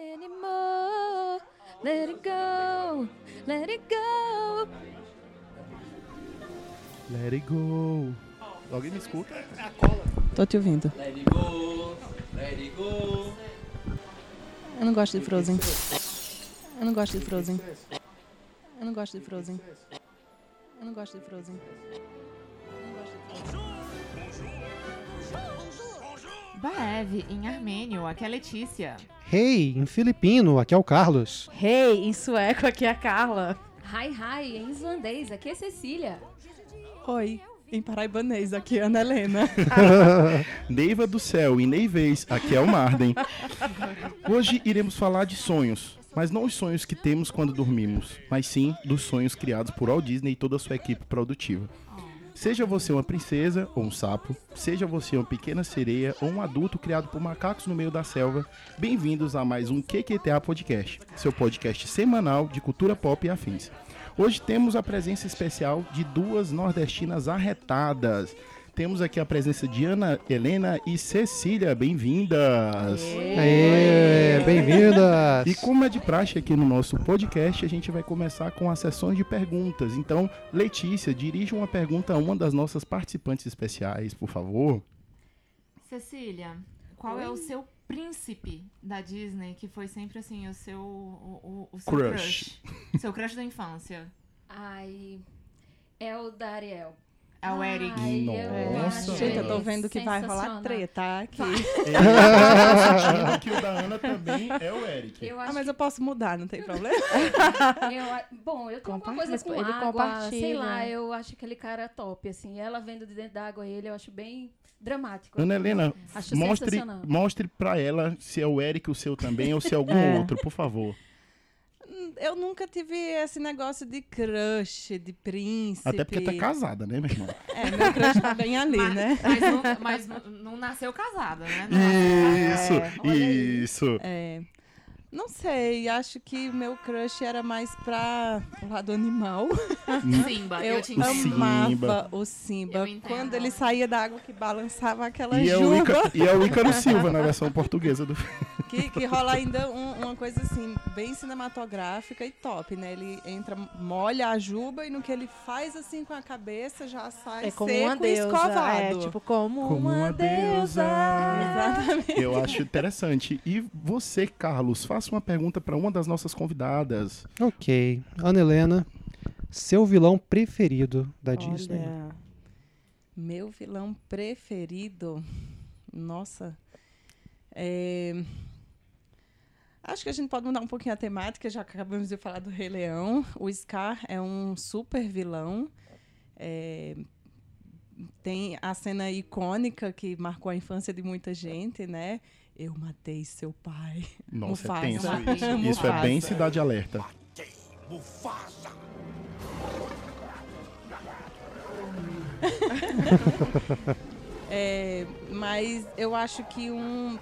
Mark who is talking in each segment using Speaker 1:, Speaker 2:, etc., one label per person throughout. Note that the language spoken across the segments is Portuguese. Speaker 1: anymore. Let it go, let it go.
Speaker 2: Let it go. Alguém me escuta?
Speaker 3: Tô te ouvindo.
Speaker 4: Let it go, let it go.
Speaker 3: Eu não gosto de Frozen. Eu não gosto de Frozen. Eu não gosto de Frozen. Eu não gosto de Frozen. Eu não gosto de Frozen.
Speaker 5: Baev, em armênio, aqui é a Letícia.
Speaker 6: Hey, em filipino, aqui é o Carlos.
Speaker 7: Hey, em sueco aqui é a Carla.
Speaker 1: Hi, hi, em islandês, aqui é Cecília.
Speaker 3: Oi. Em paraibanês, aqui é Ana Helena.
Speaker 2: Neiva do céu e neivês, aqui é o Marden. Hoje iremos falar de sonhos, mas não os sonhos que temos quando dormimos, mas sim dos sonhos criados por Walt Disney e toda a sua equipe produtiva. Seja você uma princesa ou um sapo, seja você uma pequena sereia ou um adulto criado por macacos no meio da selva, bem-vindos a mais um QQTA Podcast, seu podcast semanal de cultura pop e afins. Hoje temos a presença especial de duas nordestinas arretadas. Temos aqui a presença de Ana Helena e Cecília, bem-vindas!
Speaker 6: Aê, bem-vindas!
Speaker 2: E como é de praxe aqui no nosso podcast, a gente vai começar com a sessão de perguntas. Então, Letícia, dirija uma pergunta a uma das nossas participantes especiais, por favor.
Speaker 5: Cecília, qual é o seu príncipe da Disney que foi sempre assim o seu o, o- o seu
Speaker 2: Crush.
Speaker 5: crush, seu crush da infância?
Speaker 1: Ai, é o Dariel.
Speaker 5: É
Speaker 7: Ah,
Speaker 5: o Eric.
Speaker 1: Ai, eu
Speaker 2: Nossa.
Speaker 1: acho
Speaker 3: Gente, eu tô
Speaker 1: ele
Speaker 3: vendo que vai rolar
Speaker 1: sensacional.
Speaker 3: treta aqui.
Speaker 2: É, que o da Ana também é o Eric.
Speaker 1: Eu
Speaker 3: Ah,
Speaker 1: acho
Speaker 3: mas eu posso mudar, não tem problema.
Speaker 1: que eu a- bom, eu tenho alguma
Speaker 7: Compartilha,
Speaker 1: coisa
Speaker 7: mas
Speaker 1: com
Speaker 7: ele
Speaker 1: água, sei
Speaker 7: compartilha.
Speaker 1: lá, eu acho aquele cara top, assim. Ela vendo de dentro da água ele, eu acho bem dramático.
Speaker 2: Ana Helena,
Speaker 1: acho
Speaker 2: mostre,
Speaker 1: sensacional.
Speaker 2: mostre pra ela se é o Eric o seu também ou se é algum
Speaker 3: É.
Speaker 2: outro, por favor.
Speaker 3: Eu nunca tive esse negócio de crush, de príncipe.
Speaker 2: Até porque tá casada, né, meu irmão?
Speaker 3: É, meu crush tá bem ali,
Speaker 5: mas,
Speaker 3: né?
Speaker 5: mas não, mas não- não nasceu casada, né? Não nasceu
Speaker 2: Isso,
Speaker 3: olha aí.
Speaker 2: isso.
Speaker 3: É. Não sei, acho que meu crush era mais pra o lado animal.
Speaker 5: casada. Simba, Ah, eu,
Speaker 3: Eu
Speaker 5: te entendo.
Speaker 3: amava
Speaker 2: Simba.
Speaker 3: o Simba.
Speaker 5: Eu entendo.
Speaker 3: Quando ele saía da água que balançava aquela
Speaker 2: E é, o
Speaker 3: juba,
Speaker 2: Ícaro, e é o Ícaro Silva na versão portuguesa do filme.
Speaker 3: que, que rola ainda um- uma coisa assim, bem cinematográfica e top, né? Ele entra, molha a juba e no que ele faz assim com a cabeça já sai
Speaker 7: É como
Speaker 3: seco
Speaker 7: uma
Speaker 3: e
Speaker 7: deusa.
Speaker 3: escovado. É.
Speaker 7: É tipo como,
Speaker 2: Como
Speaker 7: uma,
Speaker 2: uma deusa.
Speaker 7: deusa.
Speaker 3: Exatamente.
Speaker 2: Eu acho interessante. E você, Carlos, faça uma pergunta pra uma das nossas convidadas.
Speaker 6: Ok, Ana Helena, seu vilão preferido da Disney?
Speaker 3: Olha, meu vilão preferido, nossa, é, acho que a gente pode mudar um pouquinho a temática, já que acabamos de falar do Rei Leão. O Scar é um super vilão, é, tem a cena icônica que marcou a infância de muita gente, né? Eu matei seu pai.
Speaker 2: Nossa,
Speaker 3: Mufasa.
Speaker 2: é tenso
Speaker 5: Mufasa.
Speaker 2: isso. Isso é bem Cidade Alerta.
Speaker 3: É, mas eu acho que um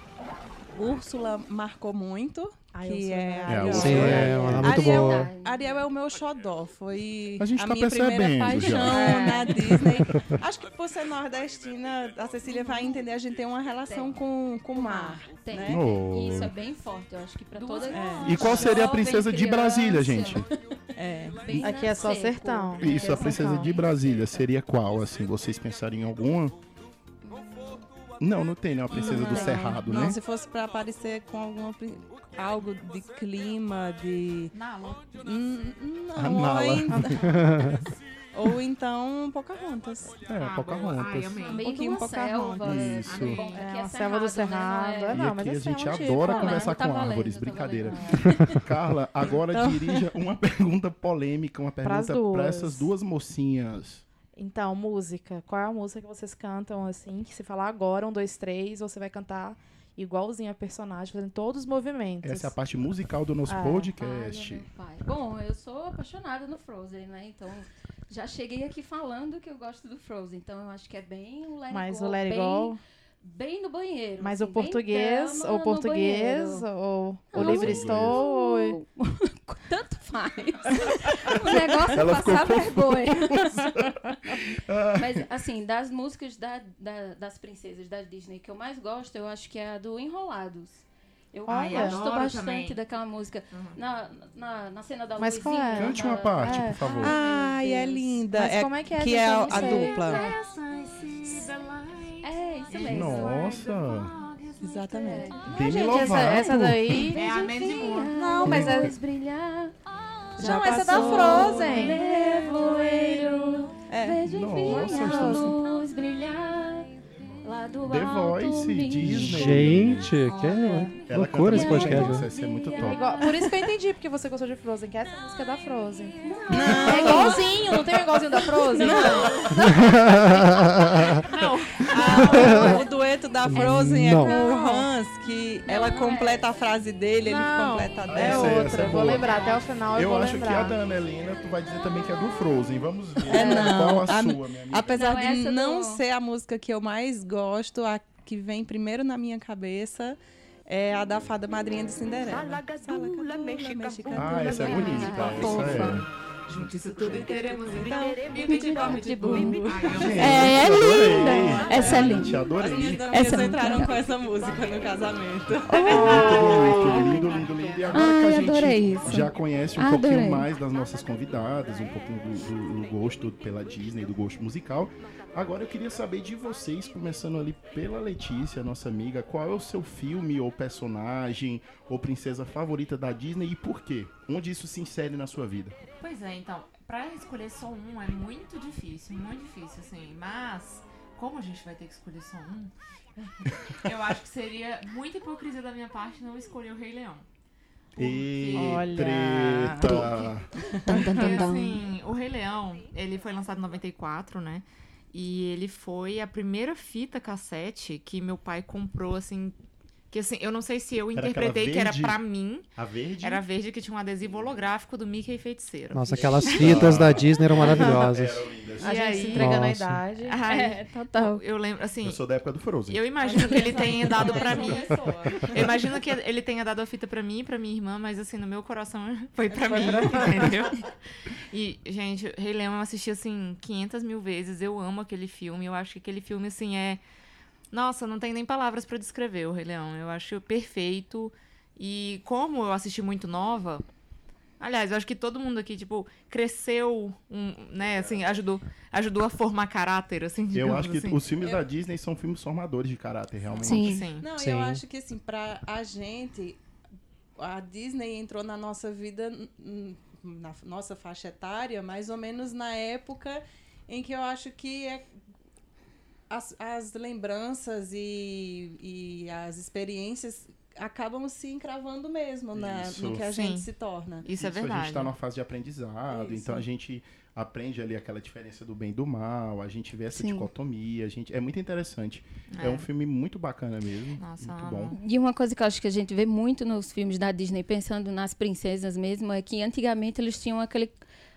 Speaker 3: Úrsula marcou muito,
Speaker 7: Ai,
Speaker 3: que
Speaker 7: Úrsula
Speaker 3: é
Speaker 7: é
Speaker 3: a
Speaker 2: maravilhosa.
Speaker 6: Sim, é uma muito
Speaker 3: Ariel.
Speaker 6: boa.
Speaker 3: Ariel é o meu xodó, foi
Speaker 2: A
Speaker 3: a,
Speaker 2: gente tá
Speaker 3: minha primeira
Speaker 2: percebendo já.
Speaker 3: paixão
Speaker 5: É.
Speaker 3: na Disney. Acho que por ser nordestina, a Cecília vai entender, a gente tem uma relação com com o mar.
Speaker 1: Tem.
Speaker 3: né?
Speaker 2: Oh.
Speaker 1: Isso é bem forte, eu acho
Speaker 7: É
Speaker 1: que pra
Speaker 5: Duas
Speaker 1: toda
Speaker 5: mãos.
Speaker 2: E qual seria a
Speaker 1: Jovem,
Speaker 2: princesa de Brasília, gente?
Speaker 3: É.
Speaker 1: bem
Speaker 7: Aqui é só
Speaker 1: seco.
Speaker 7: sertão.
Speaker 2: Isso, a princesa
Speaker 7: Sensacional.
Speaker 2: de Brasília seria qual, assim? Vocês pensaram em alguma? Não, não tem, né? Uma princesa do
Speaker 3: Não.
Speaker 2: Cerrado,
Speaker 3: Não,
Speaker 2: né?
Speaker 3: se fosse pra aparecer com alguma pri- algo de clima, de
Speaker 5: Nala.
Speaker 3: Hum,
Speaker 2: A
Speaker 3: não, ou,
Speaker 2: mala.
Speaker 3: ainda- ou então Pocahontas.
Speaker 2: É,
Speaker 5: Ah, Ai,
Speaker 2: Pocahontas.
Speaker 1: No
Speaker 5: amei.
Speaker 1: meio de
Speaker 3: pouquinho
Speaker 1: uma
Speaker 3: Pocahontas.
Speaker 1: selva. né?
Speaker 2: Isso.
Speaker 1: Bem, aqui
Speaker 7: É,
Speaker 1: é
Speaker 7: uma selva do
Speaker 1: cerrado,
Speaker 7: cerrado.
Speaker 1: né?
Speaker 7: Ah,
Speaker 2: E
Speaker 7: não, mas
Speaker 2: aqui a
Speaker 7: esse é
Speaker 2: gente
Speaker 7: um tipo,
Speaker 2: adora
Speaker 7: né?
Speaker 2: conversar
Speaker 1: Tá
Speaker 2: com
Speaker 1: valendo,
Speaker 2: árvores,
Speaker 1: tá
Speaker 2: brincadeira.
Speaker 1: valendo.
Speaker 2: Carla, agora dirija uma pergunta polêmica, uma
Speaker 7: Pras
Speaker 2: pergunta pra
Speaker 7: duas.
Speaker 2: essas duas mocinhas.
Speaker 7: Então, música. Qual é a música que vocês cantam assim? Que se falar agora, um, dois, três, você vai cantar igualzinho a personagem, fazendo todos os movimentos.
Speaker 2: Essa é a parte musical do nosso
Speaker 7: Ah.
Speaker 2: podcast.
Speaker 1: Ai, meu pai. Bom, eu sou apaixonada no Frozen, né? Então, já cheguei aqui falando que eu gosto do Frozen. Então, eu acho que é bem o Let
Speaker 7: Mas
Speaker 1: It Go.
Speaker 7: o Let It
Speaker 1: bem,
Speaker 7: Go.
Speaker 1: Bem no banheiro.
Speaker 7: Mas
Speaker 1: assim,
Speaker 7: o
Speaker 1: bem
Speaker 7: português,
Speaker 1: drama
Speaker 7: ou
Speaker 1: no
Speaker 7: português,
Speaker 1: banheiro.
Speaker 7: ou o
Speaker 1: Não,
Speaker 7: livre
Speaker 2: o
Speaker 7: estou, ou
Speaker 1: Tanto faz. o negócio é
Speaker 2: Ela ficou
Speaker 1: passar vergonha. Mas, assim, das músicas da- da- das princesas da Disney que eu mais gosto, eu acho que é a do Enrolados. Eu
Speaker 7: Olha.
Speaker 1: gosto
Speaker 5: Adoro
Speaker 1: bastante
Speaker 5: também. Uhum.
Speaker 1: daquela música. Na, na, na cena da
Speaker 7: Mas qual
Speaker 1: luzinha,
Speaker 7: é?
Speaker 2: Cante uma
Speaker 1: da-
Speaker 2: parte,
Speaker 7: É.
Speaker 2: por favor.
Speaker 3: Ai, é linda.
Speaker 7: Mas
Speaker 3: É,
Speaker 7: como é que é,
Speaker 3: que
Speaker 7: gente?
Speaker 3: é
Speaker 7: Eu
Speaker 3: a,
Speaker 7: não
Speaker 3: a
Speaker 7: sei.
Speaker 3: dupla.
Speaker 1: É, isso mesmo.
Speaker 2: Nossa.
Speaker 3: Exatamente.
Speaker 2: Demi
Speaker 7: Gente, essa,
Speaker 2: Lovato.
Speaker 7: essa daí.
Speaker 5: É a Mandy Moore.
Speaker 7: Não, mas é.
Speaker 1: Fez brilhar,
Speaker 3: Já
Speaker 7: não, essa é da
Speaker 3: passou.
Speaker 7: Frozen.
Speaker 1: nevoeiro,
Speaker 3: É.
Speaker 1: vejo enfim
Speaker 2: Nossa,
Speaker 1: a
Speaker 2: estamos-
Speaker 1: luz brilhar, lá do
Speaker 2: The
Speaker 1: alto
Speaker 2: Voice,
Speaker 1: me
Speaker 2: Disney.
Speaker 6: Gente, que
Speaker 2: Ela
Speaker 6: loucura esse
Speaker 2: canta muito
Speaker 6: podcast.
Speaker 2: bem,
Speaker 6: né?
Speaker 2: Isso é muito
Speaker 7: É
Speaker 2: top.
Speaker 7: igual- por isso que eu entendi porque você gostou de Frozen, que essa música é da Frozen. É igualzinho, não tem o igualzinho da Frozen?
Speaker 3: Ah, o dueto da Frozen
Speaker 6: Não.
Speaker 3: é com o Hans, que ela
Speaker 1: não é.
Speaker 3: completa a frase dele,
Speaker 7: Não.
Speaker 3: ele completa a
Speaker 7: É
Speaker 2: Essa
Speaker 3: dela.
Speaker 2: é-
Speaker 7: outra,
Speaker 2: essa é
Speaker 7: vou
Speaker 2: boa.
Speaker 7: lembrar até o final. Eu,
Speaker 2: Eu
Speaker 7: vou
Speaker 2: acho que é a
Speaker 7: lembrar.
Speaker 2: da Ana Helena, tu vai dizer também que é do Frozen. Vamos ver
Speaker 3: É, não.
Speaker 2: qual a sua,
Speaker 3: A-
Speaker 2: minha amiga.
Speaker 3: Apesar
Speaker 1: Não,
Speaker 3: de
Speaker 1: essa
Speaker 3: não
Speaker 1: do-
Speaker 3: ser a música que eu mais gosto, a que vem primeiro na minha cabeça é a da Fada Madrinha de Cinderela. Salacatula, mexicatula,
Speaker 2: Ah, essa é
Speaker 1: Madonna.
Speaker 2: bonita. Essa
Speaker 5: Junte isso tudo e teremos então.
Speaker 2: é. linda.
Speaker 8: Essa é
Speaker 2: Gente,
Speaker 3: As
Speaker 2: adorei.
Speaker 3: minhas
Speaker 2: Muito
Speaker 3: amigas
Speaker 8: Essa é muito
Speaker 3: entraram com essa música no casamento.
Speaker 2: bonito, lindo, lindo, lindo. E agora
Speaker 8: Ai,
Speaker 2: que a gente
Speaker 8: adorei isso.
Speaker 2: já conhece um
Speaker 8: Adorei.
Speaker 2: pouquinho mais das nossas convidadas, um pouquinho do, do- do gosto pela Disney, do gosto musical. Agora eu queria saber de vocês, começando ali pela Letícia, nossa amiga, qual é o seu filme ou personagem ou princesa favorita da Disney e por quê? Onde isso se insere na sua vida?
Speaker 5: Pois é, então, pra escolher só um é muito difícil, muito difícil, assim. Mas, como a gente vai ter que escolher só um, eu acho que seria muita hipocrisia da minha parte não escolher o Rei Leão.
Speaker 2: E
Speaker 7: Olha.
Speaker 2: treta!
Speaker 5: Porque, assim, o Rei Leão, ele foi lançado em 94, né? E ele foi a primeira fita cassete que meu pai comprou, assim. Que assim, eu não sei se eu
Speaker 2: Era aquela
Speaker 5: interpretei que era
Speaker 2: verde?
Speaker 5: pra mim.
Speaker 2: A verde?
Speaker 5: Era verde que tinha um adesivo holográfico do Mickey Feiticeiro.
Speaker 6: Nossa, aquelas fitas da Disney eram maravilhosas.
Speaker 2: Era linda.
Speaker 7: A
Speaker 5: E
Speaker 7: gente É,
Speaker 5: aí?
Speaker 7: se entregando a
Speaker 6: Nossa.
Speaker 7: idade.
Speaker 5: Ai,
Speaker 8: total.
Speaker 5: Eu lembro, assim.
Speaker 2: Eu sou da época do Frozen.
Speaker 5: Eu imagino que ele tenha dado pra mim. é Eu imagino que ele tenha dado a fita pra mim e pra minha irmã, mas assim, no meu coração foi pra mim, entendeu? E, gente, Rei Leão eu assisti, assim, 500 mil vezes. Eu amo aquele filme. Eu acho que aquele filme, assim, é... Nossa, não tem nem palavras pra descrever o Rei Leão. Eu acho perfeito. E como eu assisti muito nova... Aliás, eu acho que todo mundo aqui, tipo, cresceu, um, né, assim, ajudou, ajudou a formar caráter, assim,
Speaker 2: É. Eu
Speaker 5: digamos
Speaker 2: acho que
Speaker 5: assim.
Speaker 2: os filmes da Disney são filmes formadores de caráter, realmente.
Speaker 8: Sim.
Speaker 5: Sim.
Speaker 3: Não,
Speaker 6: Sim.
Speaker 3: eu acho que assim, pra a gente, a Disney entrou na nossa vida, hum, na f- nossa faixa etária, mais ou menos na época em que eu acho que é- as, as lembranças e, e as experiências acabam se encravando mesmo na,
Speaker 2: Isso.
Speaker 3: no que a
Speaker 5: Sim.
Speaker 3: gente se torna.
Speaker 5: Isso é verdade.
Speaker 2: A gente tá numa fase de aprendizado,
Speaker 3: Isso.
Speaker 2: então a gente aprende ali aquela diferença do bem e do mal, a gente vê essa
Speaker 8: Sim.
Speaker 2: dicotomia, a gente... é muito interessante. É.
Speaker 5: É.
Speaker 2: um filme muito bacana mesmo,
Speaker 5: Nossa,
Speaker 2: muito
Speaker 5: amo.
Speaker 2: bom.
Speaker 1: E uma coisa que eu acho que a gente vê muito nos filmes da Disney, pensando nas princesas mesmo, é que antigamente eles tinham aquele,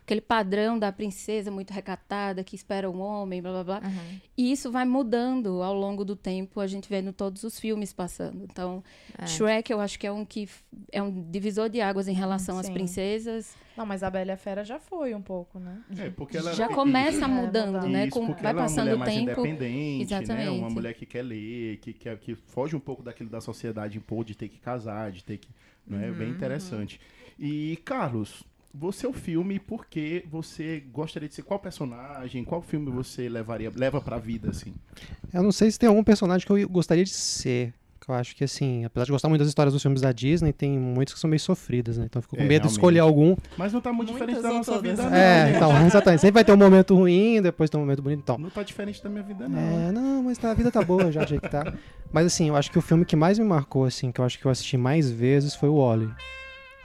Speaker 1: aquele padrão da princesa muito recatada, que espera um homem, blá blá blá.
Speaker 5: Uhum.
Speaker 1: E isso vai mudando ao longo do tempo, a gente vendo todos os filmes passando. Então,
Speaker 5: É.
Speaker 1: Shrek eu acho que é um que f- é um divisor de águas em relação às
Speaker 7: Sim.
Speaker 1: princesas.
Speaker 7: Não, mas a Bela e a Fera já foi um pouco, né?
Speaker 2: É, porque ela
Speaker 1: Já
Speaker 2: e-
Speaker 1: começa
Speaker 7: É,
Speaker 1: mudando,
Speaker 7: mudando.
Speaker 1: né?
Speaker 2: Isso,
Speaker 1: Com,
Speaker 2: porque
Speaker 1: vai
Speaker 2: ela é uma
Speaker 1: passando
Speaker 2: mulher
Speaker 1: o
Speaker 2: mais
Speaker 1: tempo.
Speaker 2: independente, né? Uma
Speaker 1: Exatamente.
Speaker 2: mulher que quer ler, que, quer, que foge um pouco daquilo da sociedade impor de ter que casar, de ter que. Né? Bem
Speaker 5: Uhum.
Speaker 2: interessante. E, Carlos, você é o filme porque você gostaria de ser qual personagem? Qual filme você levaria, leva pra vida, assim?
Speaker 6: Eu não sei se tem algum personagem que eu gostaria de ser. Que eu acho que, assim, apesar de gostar muito das histórias dos filmes da Disney, tem muitos que são meio sofridas, né? Então eu fico com
Speaker 2: É,
Speaker 6: medo de escolher algum.
Speaker 2: Mas não tá muito
Speaker 3: Muitas
Speaker 2: diferente da
Speaker 3: ou
Speaker 2: nossa
Speaker 3: todas?
Speaker 2: vida, não.
Speaker 6: É,
Speaker 2: né?
Speaker 6: então, exatamente. Sempre vai ter um momento ruim, depois tem um momento bonito e tal.
Speaker 2: Não tá diferente da minha vida, não.
Speaker 6: É, não, mas tá- a vida tá boa já, do jeito que tá. Mas assim, eu acho que o filme que mais me marcou, assim, que eu acho que eu assisti mais vezes foi o Wally.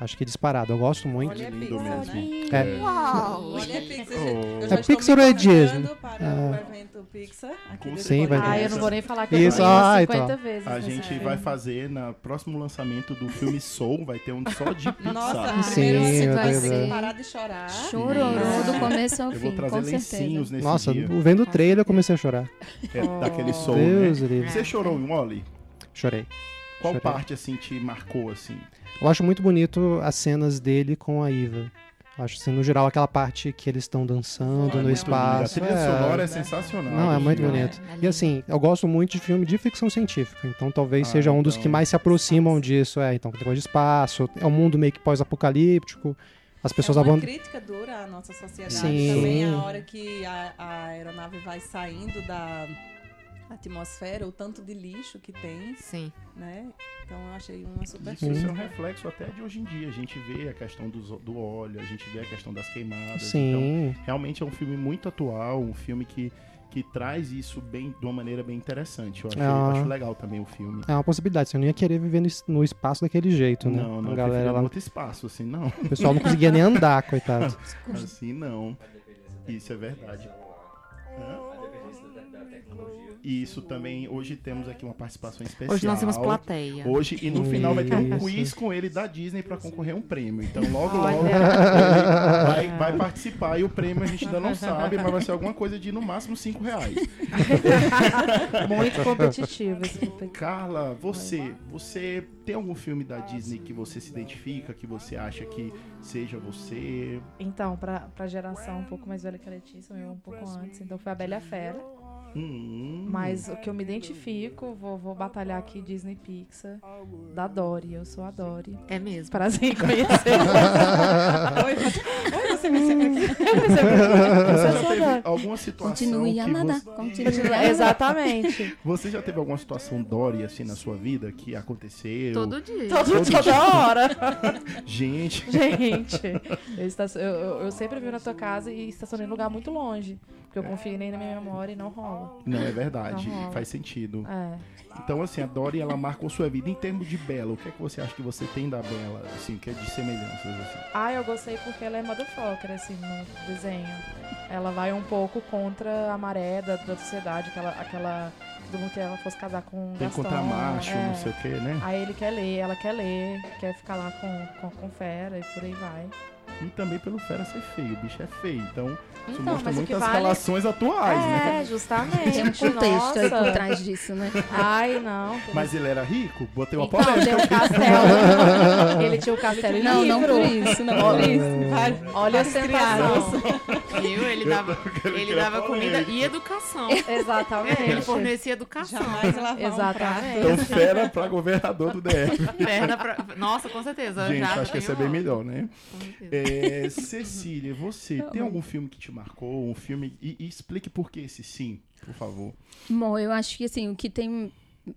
Speaker 6: Acho que disparado, eu gosto muito.
Speaker 3: Olha, é
Speaker 2: Lindo
Speaker 3: Pixar,
Speaker 2: mesmo.
Speaker 3: né?
Speaker 6: É.
Speaker 3: Olha, é Pixar.
Speaker 2: Oh.
Speaker 3: Eu
Speaker 6: É
Speaker 3: já estou
Speaker 6: Pixar
Speaker 3: me
Speaker 6: ou é Disney? Ah.
Speaker 3: convidando Para o evento Pixar. aqui
Speaker 2: Com certeza.
Speaker 3: desse
Speaker 6: Sim, vai
Speaker 2: ter
Speaker 7: Ah,
Speaker 6: ter.
Speaker 7: eu
Speaker 2: essa.
Speaker 7: não vou nem falar que
Speaker 6: Isso,
Speaker 7: eu já
Speaker 6: ah,
Speaker 7: vi umas
Speaker 6: então.
Speaker 7: 50 vezes. né?
Speaker 2: A
Speaker 7: nesse
Speaker 2: gente
Speaker 7: filme.
Speaker 2: vai fazer, no próximo lançamento do filme Soul, vai ter um só de Pixar.
Speaker 3: Nossa, ah,
Speaker 6: Sim,
Speaker 3: primeiro
Speaker 6: eu
Speaker 3: você vai
Speaker 6: tô
Speaker 3: ter
Speaker 1: vendo.
Speaker 3: que parar de chorar.
Speaker 1: Chororô do começo ao
Speaker 2: Eu
Speaker 1: fim,
Speaker 2: vou trazer
Speaker 1: com certeza.
Speaker 2: lencinhos nesse
Speaker 6: Nossa,
Speaker 2: dia.
Speaker 6: vendo o trailer eu comecei a chorar.
Speaker 2: É, daquele Soul, né?
Speaker 6: Deus, livre.
Speaker 2: Você chorou em Wally?
Speaker 6: Chorei.
Speaker 2: Qual
Speaker 6: Chorei.
Speaker 2: parte, assim, te marcou, assim?
Speaker 6: Eu acho muito bonito as cenas dele com a Iva. Acho assim, no geral, aquela parte que eles estão dançando no
Speaker 2: Muito
Speaker 6: espaço.
Speaker 2: linda. A trilha
Speaker 6: é,
Speaker 2: sonora é sensacional.
Speaker 6: Não, é muito
Speaker 2: Gil.
Speaker 6: bonito.
Speaker 1: É, é
Speaker 6: E assim, eu gosto muito de filme de ficção científica, então talvez
Speaker 2: Ah,
Speaker 6: seja um dos
Speaker 2: então.
Speaker 6: que mais se aproximam disso. É, então, tem coisa de espaço, é um mundo meio que pós-apocalíptico, as pessoas
Speaker 3: é uma
Speaker 6: abandonam.
Speaker 3: crítica dura à nossa sociedade.
Speaker 6: Sim.
Speaker 3: Também a hora que a, a aeronave vai saindo da atmosfera, o tanto de lixo que tem,
Speaker 5: Sim.
Speaker 3: né? Então eu achei uma super
Speaker 2: Isso, isso é
Speaker 3: crítica.
Speaker 6: Uhum.
Speaker 2: um reflexo até de hoje em dia. A gente vê a questão dos- do óleo, a gente vê a questão das queimadas. Então,
Speaker 6: Sim,
Speaker 2: realmente é um filme muito atual, um filme que, que traz isso bem, de uma maneira bem interessante. Eu acho,
Speaker 6: Ah.
Speaker 2: acho legal também o filme.
Speaker 6: é uma possibilidade. Você não ia querer viver no es- no espaço daquele jeito, né?
Speaker 2: Não,
Speaker 6: a
Speaker 2: não,
Speaker 6: galera
Speaker 2: galera
Speaker 6: lá,
Speaker 2: outro espaço, assim, não.
Speaker 6: o pessoal não conseguia nem andar, coitado.
Speaker 2: Assim, não. Isso é verdade. Hã? E isso também, hoje temos aqui uma participação especial.
Speaker 5: Hoje nós temos plateia.
Speaker 2: Hoje, e no final vai ter um
Speaker 6: Isso.
Speaker 2: quiz com ele da Disney pra concorrer a um prêmio. Então logo,
Speaker 5: Olha.
Speaker 2: logo ele vai, vai participar e o prêmio a gente ainda não sabe, mas vai ser alguma coisa de no máximo 5 reais.
Speaker 7: Muito competitivo. assim.
Speaker 2: Carla, você, você tem algum filme da Disney que você se identifica, que você acha que seja você?
Speaker 7: Então, pra, pra geração um pouco mais velha que a Letícia, eu um pouco antes, então foi a Bela e a Fera.
Speaker 2: Hum,
Speaker 7: Mas o que eu me identifico, vou, vou batalhar aqui Disney Pixar, da Dory, eu sou a Dory.
Speaker 5: É mesmo.
Speaker 7: Prazer em conhecer. Oi, oi, você me sempre aqui. Eu me sempre aqui. Eu
Speaker 2: Você
Speaker 7: sou
Speaker 2: já
Speaker 7: a Dory.
Speaker 2: teve alguma situação
Speaker 1: Continue a
Speaker 2: que
Speaker 1: nadar.
Speaker 2: você-
Speaker 1: Continue a nadar.
Speaker 7: Exatamente.
Speaker 2: Você já teve alguma situação Dory assim na sua vida que aconteceu?
Speaker 5: Todo dia.
Speaker 7: Todo, toda hora.
Speaker 2: Gente,
Speaker 7: Gente, eu, estacio- eu- eu- eu sempre vivo na tua casa e estacionei em lugar muito longe. Porque eu confinei na minha memória e não rola.
Speaker 2: não é verdade,
Speaker 7: Não rola.
Speaker 2: faz sentido.
Speaker 7: É.
Speaker 2: Então, assim, a Dory, ela marcou sua vida em termos de bela. O que é que você acha que você tem da bela, assim, que é de semelhanças, assim?
Speaker 7: Ah, eu gostei porque ela é motherfucker, assim, no desenho. Ela vai um pouco contra a maré da, da sociedade, aquela, aquela. Todo mundo que ela fosse casar com um
Speaker 2: Tem
Speaker 7: Gastão,
Speaker 2: contra macho,
Speaker 7: é.
Speaker 2: não sei o que, né?
Speaker 7: Aí ele quer ler, ela quer ler, quer ficar lá com, com, com fera e por aí vai.
Speaker 2: E também pelo fera ser feio, o bicho é feio. Então, isso
Speaker 7: Então,
Speaker 2: mostra
Speaker 7: mas o que
Speaker 2: muitas
Speaker 1: é
Speaker 7: vale.
Speaker 2: relações atuais, né?
Speaker 7: é, justamente.
Speaker 1: Tem um contexto aí por trás disso, né?
Speaker 7: Ai, não.
Speaker 1: É.
Speaker 2: Mas ele era rico? Botei uma
Speaker 7: Então,
Speaker 2: polêmica.
Speaker 7: ele tinha um castelo. ele tinha o castelo
Speaker 5: Um
Speaker 7: e
Speaker 1: Não, não
Speaker 7: livro.
Speaker 1: por isso, não por isso.
Speaker 7: Olha a sensação.
Speaker 5: Viu? Ele dava, ele dava comida e educação. É,
Speaker 7: Exatamente.
Speaker 5: Ele fornecia educação.
Speaker 3: Jamais lavar
Speaker 7: Exatamente.
Speaker 2: Então, fera pra governador do DF.
Speaker 5: Perna pra... Nossa, com certeza. eu
Speaker 2: Gente,
Speaker 5: já
Speaker 2: acho que essa é
Speaker 5: tenho
Speaker 2: bem
Speaker 5: uma.
Speaker 2: melhor, né?
Speaker 5: Com certeza.
Speaker 2: É, Cecília, você tem algum filme que te marcou? Um filme... E, e explique por que esse sim, por favor.
Speaker 1: Bom, eu acho que assim, o que tem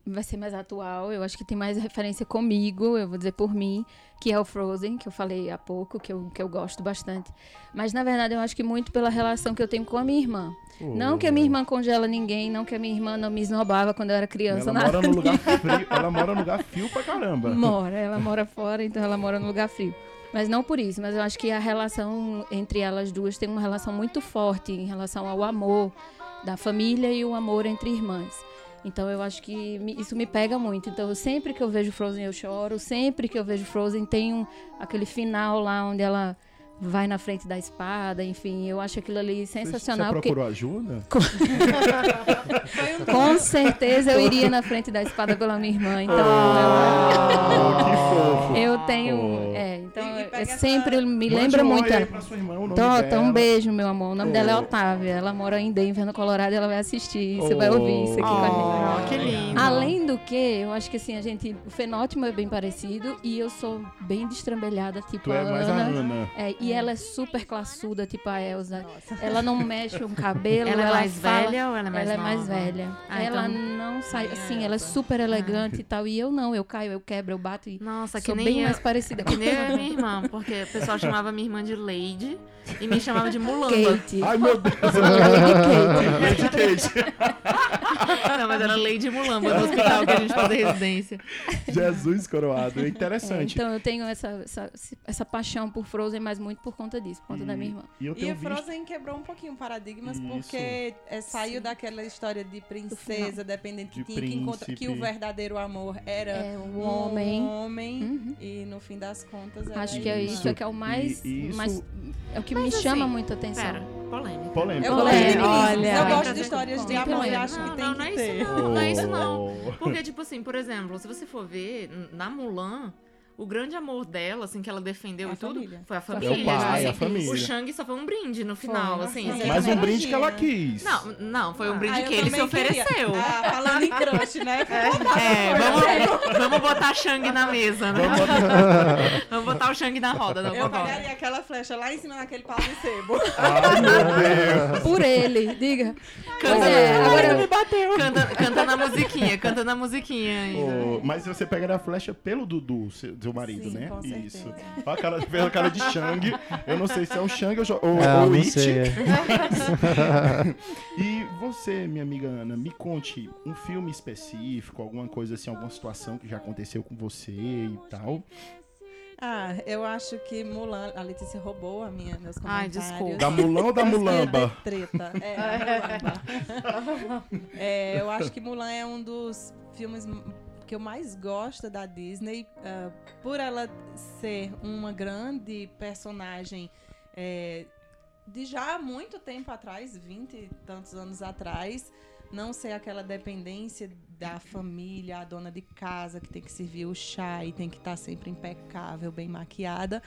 Speaker 1: vai ser mais atual, eu acho que tem mais referência comigo, eu vou dizer por mim, que é o Frozen, que eu falei há pouco, que eu, que eu gosto bastante. Mas na verdade eu acho que muito pela relação que eu tenho com a minha irmã. Não que a minha irmã congela ninguém, não que a minha irmã não me esnobava quando eu era criança,
Speaker 2: Ela
Speaker 1: nada
Speaker 2: mora num lugar frio, ela mora num lugar frio pra caramba.
Speaker 1: Mora, ela mora fora, então ela mora num lugar frio. Mas não por isso, mas eu acho que a relação entre elas duas tem uma relação muito forte em relação ao amor da família e o amor entre irmãs. Então eu acho que me- isso me pega muito. Então eu- sempre que eu vejo Frozen eu choro, sempre que eu vejo Frozen tem um, aquele final lá onde ela vai na frente da espada, enfim, eu acho aquilo ali sensacional.
Speaker 2: Você
Speaker 1: porque-
Speaker 2: procurou ajuda?
Speaker 1: com certeza eu iria na frente da espada pela minha irmã. Então,
Speaker 2: Ah, que fofo.
Speaker 1: eu, eu tenho.
Speaker 2: Oh.
Speaker 1: É, então
Speaker 3: E- e
Speaker 1: eu-
Speaker 3: pega essa-
Speaker 1: sempre me
Speaker 2: Mande
Speaker 1: lembra
Speaker 2: um oi
Speaker 1: muito.
Speaker 2: aí pra sua irmã, o nome
Speaker 1: Tota,
Speaker 2: dela.
Speaker 1: um beijo, meu amor. O nome dela é
Speaker 2: Oh.
Speaker 1: Otávia. Ela mora em Denver, no Colorado, e ela vai assistir. Você vai ouvir isso aqui com a gente.
Speaker 5: Oh, que lindo.
Speaker 1: Além do que, eu acho que assim, a gente. O fenótipo é bem parecido e eu sou bem destrambelhada, tipo
Speaker 2: Tu
Speaker 1: a
Speaker 2: é mais a
Speaker 1: Ana.
Speaker 2: Ana.
Speaker 1: É, e ela é super classuda, tipo a Elsa. Ela não mexe um cabelo,
Speaker 5: Ela
Speaker 1: ela,
Speaker 5: é mais
Speaker 1: fala,
Speaker 5: velha ou ela é mais
Speaker 1: ela é mais
Speaker 5: nova?
Speaker 1: velha.
Speaker 5: Ah,
Speaker 1: ela
Speaker 5: então-
Speaker 1: não sai. Assim,
Speaker 5: é
Speaker 1: ela é
Speaker 5: essa.
Speaker 1: super elegante
Speaker 2: Ah.
Speaker 1: e tal. E eu não, eu caio, eu quebro, eu bato e.
Speaker 5: Nossa, que
Speaker 1: sou
Speaker 5: nem
Speaker 1: bem
Speaker 5: eu.
Speaker 1: mais parecida
Speaker 5: Que
Speaker 1: com
Speaker 5: nem é eu e minha irmã, porque o pessoal chamava minha irmã de Lady e me chamava de Mulamba.
Speaker 1: Kate.
Speaker 2: Ai, meu Deus. Lady Kate.
Speaker 1: É,
Speaker 5: Não, mas era Lady Mulamba no hospital que a gente fazia residência.
Speaker 2: Jesus coroado. É
Speaker 1: É,
Speaker 2: interessante.
Speaker 1: então eu tenho essa, essa, essa paixão por Frozen, mas muito por conta disso, por conta da minha irmã.
Speaker 2: E eu
Speaker 3: E
Speaker 2: tenho
Speaker 3: a
Speaker 2: visto...
Speaker 3: Frozen quebrou um pouquinho paradigmas
Speaker 2: Isso.
Speaker 3: porque é, saiu daquela história de princesa dependente
Speaker 2: De
Speaker 3: que tinha que encontrar que o
Speaker 2: príncipe.
Speaker 3: verdadeiro amor era
Speaker 1: É, o
Speaker 3: um
Speaker 1: homem.
Speaker 3: homem
Speaker 1: Uhum.
Speaker 3: e no fim das contas era
Speaker 1: Acho que é
Speaker 2: Isso.
Speaker 1: isso é que é o mais.
Speaker 2: E isso-
Speaker 1: mais é o que me
Speaker 5: assim,
Speaker 1: chama muito a atenção.
Speaker 5: Pera, polêmica.
Speaker 2: Polêmica.
Speaker 3: Eu gosto
Speaker 1: Olha,
Speaker 3: de feminismo.
Speaker 7: olha.
Speaker 3: Eu gosto de histórias de
Speaker 1: Tem
Speaker 3: amor.
Speaker 1: também.
Speaker 3: Eu acho que
Speaker 5: Não,
Speaker 3: tem
Speaker 5: não,
Speaker 3: que
Speaker 5: não é isso
Speaker 3: ter.
Speaker 5: não, não é isso não.
Speaker 2: Oh.
Speaker 5: Porque, tipo assim, por exemplo, se você for ver, na Mulan, o grande amor dela, assim, que ela defendeu
Speaker 3: É a
Speaker 5: e tudo,
Speaker 3: família.
Speaker 5: foi a
Speaker 3: Foi a
Speaker 5: família.
Speaker 2: família. É o pai,
Speaker 5: tipo
Speaker 2: a
Speaker 5: assim,
Speaker 2: família.
Speaker 5: O Shang só foi um brinde no final,
Speaker 7: Foi.
Speaker 5: assim.
Speaker 3: Mas-
Speaker 5: assim.
Speaker 2: Mas um
Speaker 3: também
Speaker 2: brinde que ela
Speaker 3: imagino.
Speaker 2: quis.
Speaker 5: Não, não, foi um brinde
Speaker 3: Ah, eu
Speaker 5: que ele se
Speaker 3: também queria.
Speaker 5: ofereceu.
Speaker 3: Ah, falando em crush, né?
Speaker 5: É, vamos, vamos botar Shang na mesa, né? Vamos botar o Shang na roda da
Speaker 3: Eu
Speaker 5: vovó.
Speaker 3: pegaria aquela flecha lá em cima naquele pau de sebo.
Speaker 2: Ai, meu Deus.
Speaker 1: Por ele, diga. Pois
Speaker 5: Canta,
Speaker 1: é, agora
Speaker 5: canta, canta na musiquinha, canta na musiquinha ainda.
Speaker 2: Ô, Oh, mas você pega a flecha pelo Dudu, seu, seu marido,
Speaker 3: Sim,
Speaker 2: né?
Speaker 3: com certeza.
Speaker 2: Isso. Olha a cara, pela cara de Shang. Eu não sei se é o Shang ou, jo- ou,
Speaker 6: Ah,
Speaker 2: ou
Speaker 6: não
Speaker 2: It.
Speaker 6: sei. é.
Speaker 2: E você, minha amiga Ana, me conte um filme específico, alguma coisa assim, alguma situação que já aconteceu com você e tal.
Speaker 3: Ah, eu acho que Mulan, a Letícia roubou a minha, meus
Speaker 5: Ai,
Speaker 3: comentários.
Speaker 5: desculpa.
Speaker 2: Da Mulan ou da
Speaker 5: um
Speaker 3: Mas que é
Speaker 2: Mulamba?
Speaker 3: de Treta. É, da Mulamba. É, eu acho que Mulan é um dos filmes m- que eu mais gosto da Disney, ah, por ela ser uma grande personagem é, de já há muito tempo atrás, 20 e tantos anos atrás, não ser aquela dependência da família, a dona de casa que tem que servir o chá e tem que estar sempre impecável, bem maquiada,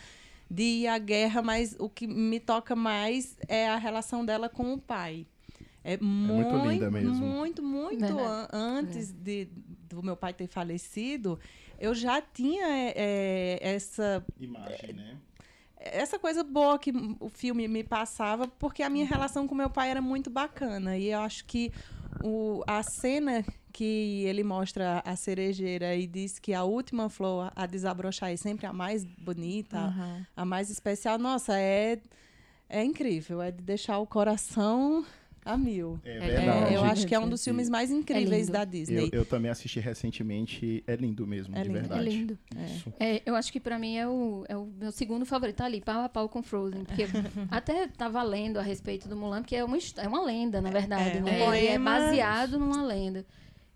Speaker 3: de ir à guerra, mas o que me toca mais é a relação dela com o pai. É muito,
Speaker 2: muito linda mesmo.
Speaker 3: Muito, muito an-
Speaker 1: Verdade.
Speaker 3: antes de, do meu pai ter falecido, eu já tinha é, é, essa
Speaker 2: Imagem, né?
Speaker 3: essa coisa boa que o filme me passava, porque a
Speaker 1: Uhum.
Speaker 3: minha relação com meu pai era muito bacana. E eu acho que o, a cena que ele mostra a cerejeira e diz que a última flor a desabrochar é sempre a mais bonita,
Speaker 1: Uhum.
Speaker 5: Aham.
Speaker 3: a mais especial, nossa, é, é incrível. É de deixar o coração a mil.
Speaker 2: É
Speaker 5: É,
Speaker 2: verdade.
Speaker 3: É, eu acho que é um dos
Speaker 2: E-
Speaker 3: filmes mais incríveis
Speaker 1: lindo.
Speaker 3: da
Speaker 2: Eu,
Speaker 3: Disney.
Speaker 2: eu também assisti recentemente. É lindo mesmo,
Speaker 3: É
Speaker 2: de
Speaker 3: lindo.
Speaker 1: é
Speaker 2: verdade.
Speaker 1: lindo.
Speaker 2: Isso.
Speaker 1: É, eu acho que pra mim é o, é o meu segundo favorito. Tá ali, pau a pau com Frozen. Porque até tava lendo a respeito do Mulan, porque é uma, histó- é uma lenda, na verdade.
Speaker 3: é, um
Speaker 1: né? Ele é
Speaker 3: poema.
Speaker 1: baseado numa lenda.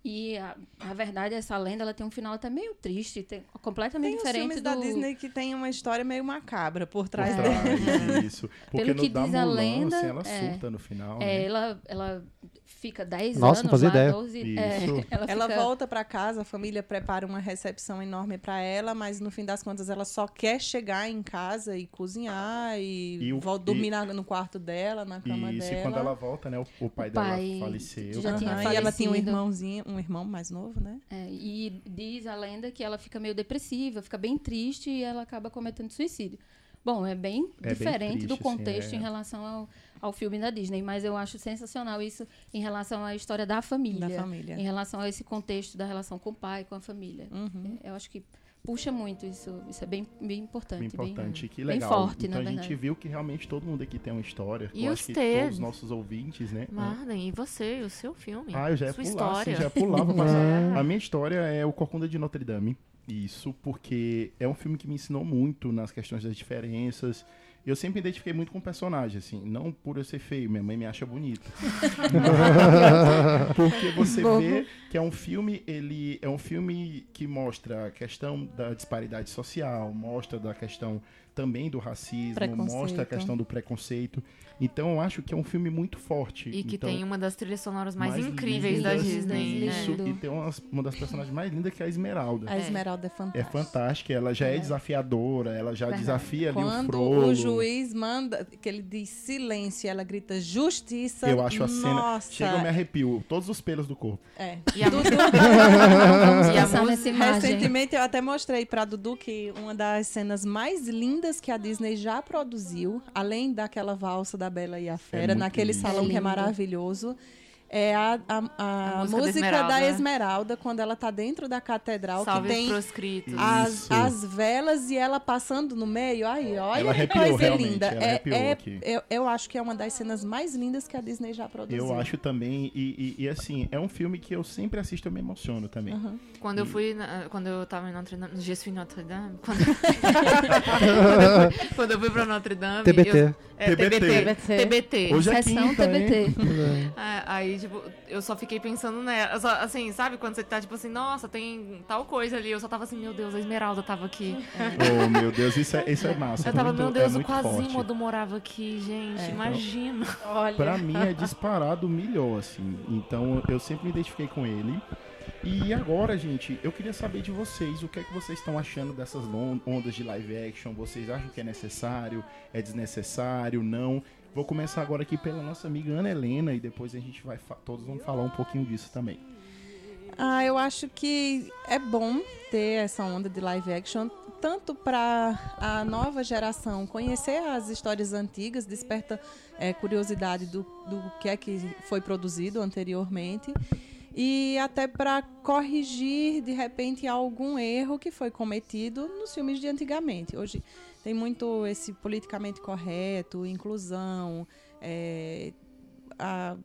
Speaker 1: E, a, na verdade, essa lenda ela tem um final até meio triste, tem- completamente
Speaker 3: Tem os
Speaker 1: diferente
Speaker 3: filmes
Speaker 1: do...
Speaker 3: da Disney que tem uma história meio macabra por
Speaker 2: Por
Speaker 3: trás dela.
Speaker 2: trás, isso. Porque
Speaker 1: Pelo
Speaker 2: no
Speaker 1: que
Speaker 2: da
Speaker 1: diz a
Speaker 2: Mulan,
Speaker 1: lenda,
Speaker 2: assim, ela
Speaker 1: é.
Speaker 2: surta no final.
Speaker 1: É,
Speaker 2: né?
Speaker 1: ela, ela fica 10
Speaker 6: Nossa, não
Speaker 1: anos
Speaker 6: fazia
Speaker 1: lá,
Speaker 6: ideia.
Speaker 1: 12... é,
Speaker 2: Isso.
Speaker 1: ela
Speaker 3: Ela
Speaker 1: fica-
Speaker 3: volta pra casa, a família prepara uma recepção enorme pra ela, mas no fim das contas ela só quer chegar em casa e cozinhar e,
Speaker 2: E o-
Speaker 3: vol-
Speaker 2: e-
Speaker 3: dormir na- no quarto dela, na cama
Speaker 2: E se
Speaker 3: dela.
Speaker 2: quando ela volta, né? O, o pai
Speaker 1: O
Speaker 2: dela
Speaker 1: pai
Speaker 2: faleceu. Ah, é
Speaker 1: já
Speaker 3: Aham,
Speaker 1: tinha
Speaker 3: e ela tinha um
Speaker 1: falecido.
Speaker 3: irmãozinho, um irmão mais novo, né?
Speaker 1: É, e diz a lenda que ela fica meio depressiva, fica bem triste e ela acaba cometendo suicídio. Bom, é bem
Speaker 2: É bem
Speaker 1: diferente do
Speaker 2: triste, assim,
Speaker 1: contexto
Speaker 2: é.
Speaker 1: em relação ao, ao filme da Disney, mas eu acho sensacional isso em relação à história da família,
Speaker 3: Da família.
Speaker 1: em relação a esse contexto da relação com o pai, com a família.
Speaker 3: Uhum.
Speaker 1: É, Eu acho que puxa muito isso, isso é bem, bem importante.
Speaker 2: Bem
Speaker 1: bem-
Speaker 2: importante, que
Speaker 1: bem
Speaker 2: legal.
Speaker 1: forte,
Speaker 2: então
Speaker 1: na
Speaker 2: a gente
Speaker 1: verdade.
Speaker 2: viu que realmente todo mundo aqui tem uma história.
Speaker 5: E
Speaker 2: eu
Speaker 5: os
Speaker 2: acho que
Speaker 5: teus?
Speaker 2: todos os nossos ouvintes, né?
Speaker 5: Marden, e você, e o seu filme?
Speaker 2: Ah, eu já ia
Speaker 5: Sua
Speaker 2: pular,
Speaker 5: história.
Speaker 2: assim, já pulava. mas a minha história é o Corcunda de Notre Dame. Isso, porque é um filme que me ensinou muito nas questões das diferenças. Eu sempre me identifiquei muito com o personagem, assim, não por eu ser feio, minha mãe me acha bonito. porque você vê que é um filme, ele é um filme que mostra a questão da disparidade social, mostra da questão também do racismo, mostra a
Speaker 3: Preconceito.
Speaker 2: questão do preconceito. Então eu acho que é um filme muito forte.
Speaker 5: E que
Speaker 2: então,
Speaker 5: tem uma das trilhas sonoras mais, incríveis da
Speaker 1: lindas,
Speaker 5: Disney.
Speaker 1: mais
Speaker 2: Isso,
Speaker 5: né?
Speaker 1: lindas.
Speaker 2: e tem umas- uma das personagens mais lindas que é a Esmeralda.
Speaker 3: A Esmeralda é
Speaker 2: É
Speaker 3: fantástica.
Speaker 2: fantástica, ela já é desafiadora, ela já desafia ali o
Speaker 3: Quando
Speaker 2: Frollo.
Speaker 3: o juiz manda, que ele diz silêncio, e ela grita justiça.
Speaker 2: Eu acho a cena...
Speaker 3: Nossa,
Speaker 2: Chega, eu me arrepio. Todos os pelos do corpo.
Speaker 3: é.
Speaker 5: E a música.
Speaker 1: Vamos
Speaker 5: E a
Speaker 1: pensar nessa imagem.
Speaker 3: Recentemente eu até mostrei pra Dudu que uma das cenas mais lindas que a Disney já produziu, além daquela valsa da Bela e a Fera,
Speaker 2: É muito
Speaker 3: naquele
Speaker 2: lindo.
Speaker 3: salão que é
Speaker 1: Lindo.
Speaker 3: maravilhoso. É a, a- a
Speaker 5: A música da
Speaker 3: música, da,
Speaker 5: Esmeralda. né?
Speaker 3: Esmeralda, quando ela tá dentro da catedral,
Speaker 5: Salve
Speaker 3: que
Speaker 5: os
Speaker 3: tem
Speaker 5: proscritos.
Speaker 3: as,
Speaker 2: Isso.
Speaker 3: as velas e ela passando no meio. Aí, olha
Speaker 2: Ela
Speaker 3: que
Speaker 2: arrepiou,
Speaker 3: coisa
Speaker 2: realmente,
Speaker 3: linda.
Speaker 2: ela
Speaker 3: É-
Speaker 2: arrepiou
Speaker 3: é-
Speaker 2: aqui.
Speaker 3: eu, eu acho que é uma das cenas mais lindas que a Disney já produziu.
Speaker 2: Eu acho também, e, e- e, assim, é um filme que eu sempre assisto, eu me emociono também.
Speaker 5: Uhum. Quando eu fui. na- quando eu tava em Notre Dame. Je suis Notre Dame. Quando, Quando eu fui, quando eu fui pra Notre Dame. eu-
Speaker 6: TBT.
Speaker 5: é, TBT.
Speaker 7: TBT.
Speaker 5: TBT.
Speaker 2: Hoje é
Speaker 1: Sessão
Speaker 2: quinta, hein?
Speaker 1: TBT.
Speaker 5: É, Aí, tipo, eu só fiquei pensando nela. Eu só- assim, sabe? Quando você tá, tipo assim, nossa, tem tal coisa ali. Eu só tava assim, meu Deus, a Esmeralda tava aqui.
Speaker 2: Oh, meu Deus, isso é, isso é massa.
Speaker 5: Eu tava,
Speaker 2: muito-
Speaker 5: meu
Speaker 2: é
Speaker 5: Deus, o
Speaker 2: muito forte.
Speaker 5: Quasimodo morava aqui,
Speaker 1: É,
Speaker 5: gente.
Speaker 1: então,
Speaker 5: imagina.
Speaker 7: Olha.
Speaker 2: Pra mim é disparado o melhor, assim. Então eu sempre me identifiquei com ele. E agora, gente, eu queria saber de vocês o que é que vocês estão achando dessas lon- ondas de live action. Vocês acham que é necessário? É desnecessário? Não? Vou começar agora aqui pela nossa amiga Ana Helena e depois a gente vai fa- todos vão falar um pouquinho disso também.
Speaker 3: Ah, eu acho que é bom ter essa onda de live action, tanto para a nova geração conhecer as histórias antigas, desperta eh, curiosidade do, do que é que foi produzido anteriormente, e até para corrigir, de repente, algum erro que foi cometido nos filmes de antigamente. Hoje tem muito esse politicamente correto, inclusão, eh, a-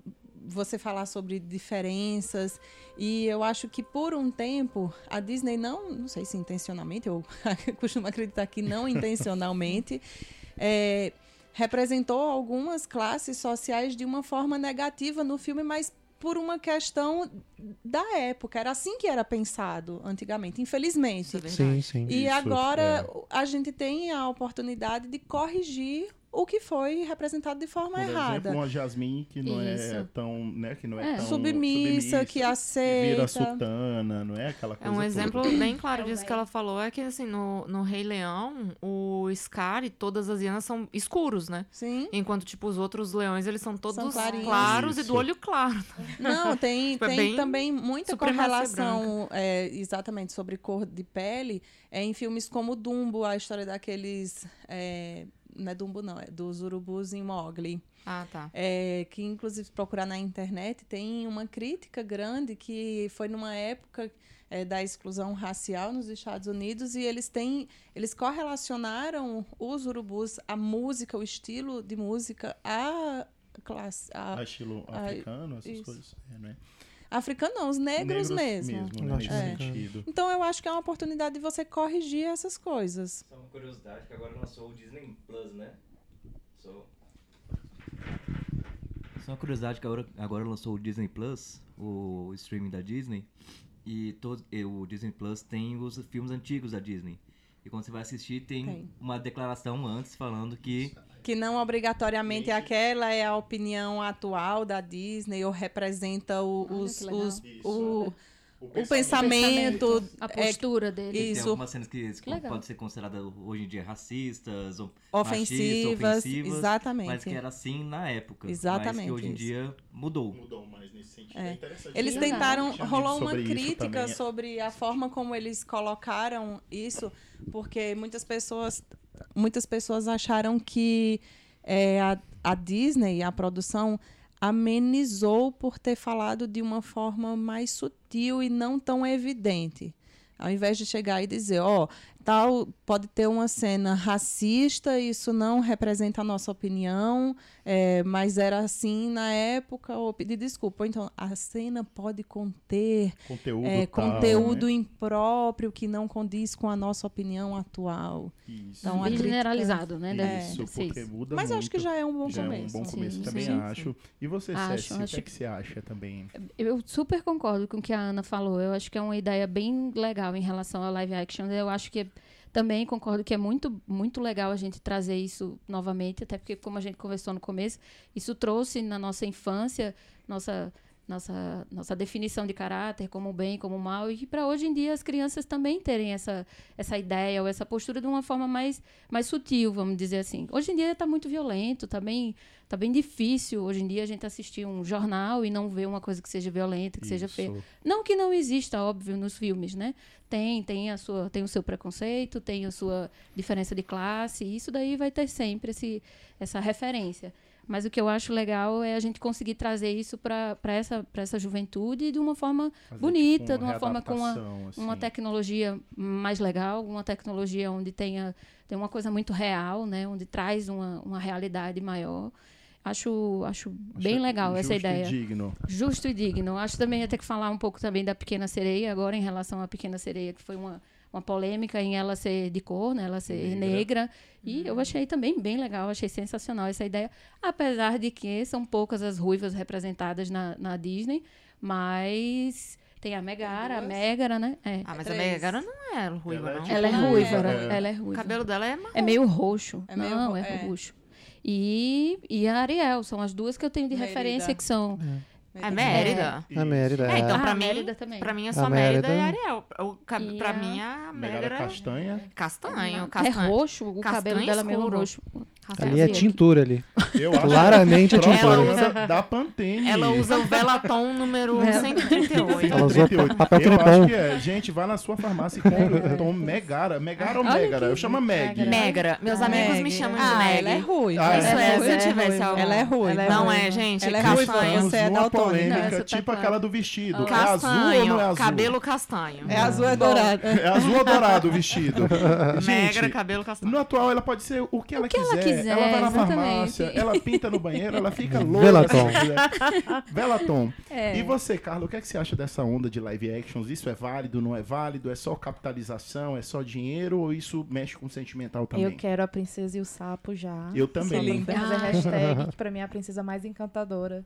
Speaker 3: você falar sobre diferenças. E eu acho que por um tempo a Disney não, não sei se intencionalmente, eu costumo acreditar que não intencionalmente, é, representou algumas classes sociais de uma forma negativa no filme, mas por uma questão da época. Era assim que era pensado antigamente,
Speaker 1: é
Speaker 3: infelizmente.
Speaker 6: Sim, sim.
Speaker 3: E
Speaker 2: Isso, é.
Speaker 3: agora a gente tem a oportunidade de corrigir o que foi representado de forma
Speaker 2: Por
Speaker 3: errada.
Speaker 2: exemplo, uma Jasmine que não é
Speaker 1: Isso.
Speaker 2: tão, né, que não é,
Speaker 1: É.
Speaker 2: tão
Speaker 3: submissa,
Speaker 2: submissa,
Speaker 3: que
Speaker 2: que vira
Speaker 3: aceita.
Speaker 2: sultana, não é aquela
Speaker 5: É
Speaker 2: coisa
Speaker 5: um
Speaker 2: toda.
Speaker 5: exemplo bem claro disso que ela falou é que assim no, no Rei Leão o Scar e todas as hienas são escuros, né?
Speaker 3: Sim.
Speaker 5: Enquanto tipo os outros leões eles são todos
Speaker 3: clarinhos.
Speaker 5: claros e
Speaker 2: Isso.
Speaker 5: do olho claro.
Speaker 3: Não, tem,
Speaker 5: Tipo, é
Speaker 3: tem
Speaker 5: bem
Speaker 3: também muita
Speaker 5: supremacia
Speaker 3: correlação é, exatamente sobre cor de pele é, em filmes como Dumbo, a história daqueles. é, não é Dumbo, não, é dos urubus em Mogli.
Speaker 5: Ah, tá.
Speaker 3: É, que inclusive se procurar na internet tem uma crítica grande que foi numa época é, da exclusão racial nos Estados Unidos e eles têm eles correlacionaram os urubus a música o estilo de música a classe a
Speaker 2: Ah, estilo
Speaker 3: Ah,
Speaker 2: africano, essas
Speaker 3: isso.
Speaker 2: coisas, é, né?
Speaker 3: africano não os negros, mesmo.
Speaker 2: né, nesse
Speaker 3: É.
Speaker 2: sentido.
Speaker 3: então eu acho que é uma oportunidade de você corrigir essas coisas
Speaker 4: Só uma curiosidade, que agora lançou o Disney Plus, né? Só. Só uma curiosidade que agora, agora lançou o Disney Plus, o streaming da Disney, e, todo, e o Disney Plus tem os filmes antigos da Disney. E quando você vai assistir, tem,
Speaker 3: Tem.
Speaker 4: uma declaração antes falando que
Speaker 3: que não obrigatoriamente aquela é a opinião atual da Disney ou representa o-
Speaker 1: Olha
Speaker 3: os,
Speaker 1: que legal.
Speaker 3: os-
Speaker 2: Isso.
Speaker 3: o,
Speaker 2: O
Speaker 3: o pensamento,
Speaker 1: A
Speaker 3: é,
Speaker 1: postura dele.
Speaker 3: Isso.
Speaker 4: tem algumas cenas que,
Speaker 1: Que legal.
Speaker 4: podem ser consideradas hoje em dia racistas, ou
Speaker 3: ofensivas,
Speaker 4: Machistas, ofensivas,
Speaker 3: exatamente.
Speaker 4: mas que era assim na época. Mas
Speaker 3: Exatamente
Speaker 4: que hoje em
Speaker 3: isso.
Speaker 4: dia mudou.
Speaker 2: mudou mais nesse sentido.
Speaker 3: É.
Speaker 2: É interessante.
Speaker 3: Eles
Speaker 1: Sim,
Speaker 3: tentaram,
Speaker 2: Tinha
Speaker 3: rolou
Speaker 2: lido
Speaker 3: uma
Speaker 2: sobre isso
Speaker 3: crítica
Speaker 2: também. é.
Speaker 3: sobre a forma como eles colocaram isso, porque muitas pessoas, muitas pessoas acharam que é, a, a Disney, a produção amenizou por ter falado de uma forma mais sutil e não tão evidente. Ao invés de chegar e dizer, ó, tal pode ter uma cena racista, isso não representa a nossa opinião, é, mas era assim na época, ou pedir desculpa. Ou então, a cena pode conter
Speaker 2: Conteúdo,
Speaker 3: é,
Speaker 2: tal,
Speaker 3: conteúdo
Speaker 2: né?
Speaker 3: impróprio que não condiz com a nossa opinião atual.
Speaker 2: Isso.
Speaker 3: Então, uma
Speaker 1: Bem
Speaker 3: crítica.
Speaker 1: generalizado, né? deve-
Speaker 2: É. Isso,
Speaker 1: deve ser
Speaker 2: porque
Speaker 1: isso.
Speaker 2: muda
Speaker 3: mas
Speaker 2: muito.
Speaker 3: acho que já é um bom
Speaker 2: Já é
Speaker 3: começo.
Speaker 2: um bom começo,
Speaker 1: Sim,
Speaker 2: também
Speaker 1: sim.
Speaker 2: acho. E você,
Speaker 1: Acho,
Speaker 2: Cécio, o que, é
Speaker 1: acho. É
Speaker 2: que você acha também?
Speaker 1: Eu super concordo com o que a Ana falou. Eu acho que é uma ideia bem legal em relação ao live action. Eu acho que é também concordo que é muito, muito legal a gente trazer isso novamente, até porque, como a gente conversou no começo, isso trouxe na nossa infância, nossa. Nossa, nossa definição de caráter como bem, como mal, e para hoje em dia as crianças também terem essa, essa ideia ou essa postura de uma forma mais, mais sutil, vamos dizer assim. Hoje em dia está muito violento, está bem, Tá bem difícil hoje em dia a gente assistir um jornal e não ver uma coisa que seja violenta, que seja
Speaker 2: Isso.
Speaker 1: feia. Não que não exista, óbvio, nos filmes, né? Tem, tem a sua, tem o seu preconceito, tem a sua diferença de classe, e isso daí vai ter sempre esse, essa referência. Mas o que eu acho legal é a gente conseguir trazer isso para essa, pra essa juventude de uma forma
Speaker 2: Fazer,
Speaker 1: bonita,
Speaker 2: tipo,
Speaker 1: de uma forma com uma-
Speaker 2: readaptação,
Speaker 1: uma
Speaker 2: assim.
Speaker 1: tecnologia mais legal, uma tecnologia onde tenha, tem uma coisa muito real, né? Onde traz uma, uma realidade maior. Acho, acho bem
Speaker 2: Acho
Speaker 1: legal
Speaker 2: justo
Speaker 1: essa
Speaker 2: e
Speaker 1: ideia.
Speaker 2: digno.
Speaker 1: Justo e digno. Acho também ia ter que falar um pouco também da Pequena Sereia agora em relação à Pequena Sereia, que foi uma, uma polêmica em ela ser de cor, né? Ela ser negra. E eu achei também bem legal, achei sensacional essa ideia. Apesar de que são poucas as ruivas representadas na, na Disney, mas tem a Megara, a
Speaker 3: duas.
Speaker 1: Megara, né? É.
Speaker 5: Ah, mas a
Speaker 3: Três.
Speaker 5: Megara não é ruiva,
Speaker 2: Ela é tipo-
Speaker 5: não.
Speaker 1: Ela é
Speaker 3: Ah,
Speaker 1: ruiva,
Speaker 3: é.
Speaker 1: né? ela é
Speaker 5: O
Speaker 1: ruiva.
Speaker 5: cabelo dela é marrom.
Speaker 1: É meio roxo.
Speaker 3: É meio
Speaker 1: não,
Speaker 3: ro-
Speaker 1: é
Speaker 3: é.
Speaker 1: roxo. E, e a Ariel, são as duas que eu tenho de
Speaker 3: Merida.
Speaker 1: referência que são
Speaker 5: É Mérida.
Speaker 6: A Mérida.
Speaker 5: É, então
Speaker 1: Ah,
Speaker 5: pra
Speaker 1: a
Speaker 5: mim-
Speaker 1: Mérida também.
Speaker 5: Pra mim é
Speaker 6: A
Speaker 5: só Mérida e
Speaker 6: Mérida.
Speaker 5: Ariel. O, ca-
Speaker 1: E
Speaker 5: pra
Speaker 1: a-
Speaker 5: mim É a Mérida
Speaker 2: Melhor
Speaker 5: era
Speaker 2: castanha.
Speaker 5: castanho.
Speaker 1: É
Speaker 5: castanho.
Speaker 1: roxo, o
Speaker 5: Castanho
Speaker 1: cabelo dela é meio
Speaker 5: escuro.
Speaker 1: roxo.
Speaker 5: Castanho.
Speaker 6: Ali é
Speaker 3: assim,
Speaker 1: Sim.
Speaker 6: tintura ali.
Speaker 2: Eu
Speaker 6: Claramente é
Speaker 2: acho que é
Speaker 6: tintura.
Speaker 2: propaganda da Pantene.
Speaker 5: Ela usa o Velaton número
Speaker 1: Vel-
Speaker 5: 138.
Speaker 6: Ela usou
Speaker 2: 38.
Speaker 6: papel
Speaker 2: Eu
Speaker 6: crepom.
Speaker 2: acho que é. Gente, vai na sua farmácia e compra o tom Megara. Megara ou
Speaker 1: Olha
Speaker 2: Megara?
Speaker 1: que-
Speaker 2: Eu chamo a Meg.
Speaker 1: Megara.
Speaker 5: Megara. Meus
Speaker 3: Ah,
Speaker 5: amigos
Speaker 3: Meg.
Speaker 5: me chamam de
Speaker 3: Ah,
Speaker 5: Meg.
Speaker 3: ela é ruiva.
Speaker 2: Ah,
Speaker 5: Isso
Speaker 1: Ela é
Speaker 5: é, se eu
Speaker 1: ruiva.
Speaker 5: tivesse alguma.
Speaker 3: Ela é ruiva.
Speaker 5: Não é, gente.
Speaker 3: Ela é
Speaker 2: Dois
Speaker 3: ruiva.
Speaker 5: castanho.
Speaker 2: anos,
Speaker 3: Você é
Speaker 2: numa
Speaker 3: daltônico.
Speaker 1: Não,
Speaker 2: polêmica,
Speaker 1: essa tá
Speaker 2: tipo
Speaker 1: clara.
Speaker 2: aquela do vestido. É azul ou
Speaker 5: Castanho.
Speaker 2: não é azul?
Speaker 5: Cabelo castanho.
Speaker 3: É azul é dourado.
Speaker 2: É azul ou dourado o vestido?
Speaker 5: Megra,
Speaker 2: Gente,
Speaker 5: cabelo castanho.
Speaker 2: no atual ela pode ser o que ela,
Speaker 1: que ela
Speaker 2: quiser.
Speaker 1: quiser,
Speaker 2: Ela vai na
Speaker 1: exatamente.
Speaker 2: farmácia, ela pinta no banheiro, ela fica louca.
Speaker 6: Velaton.
Speaker 2: Velatom.
Speaker 1: É.
Speaker 2: E você, Carla, o que, é que você acha dessa onda de live actions? Isso é válido, não é válido? É só capitalização? É só dinheiro? Ou isso mexe com o sentimental também?
Speaker 7: Eu quero a princesa e o sapo já.
Speaker 2: Eu também.
Speaker 7: Só
Speaker 3: Linda.
Speaker 7: pra fazer
Speaker 1: Ah.
Speaker 7: hashtag, que pra mim é a princesa mais encantadora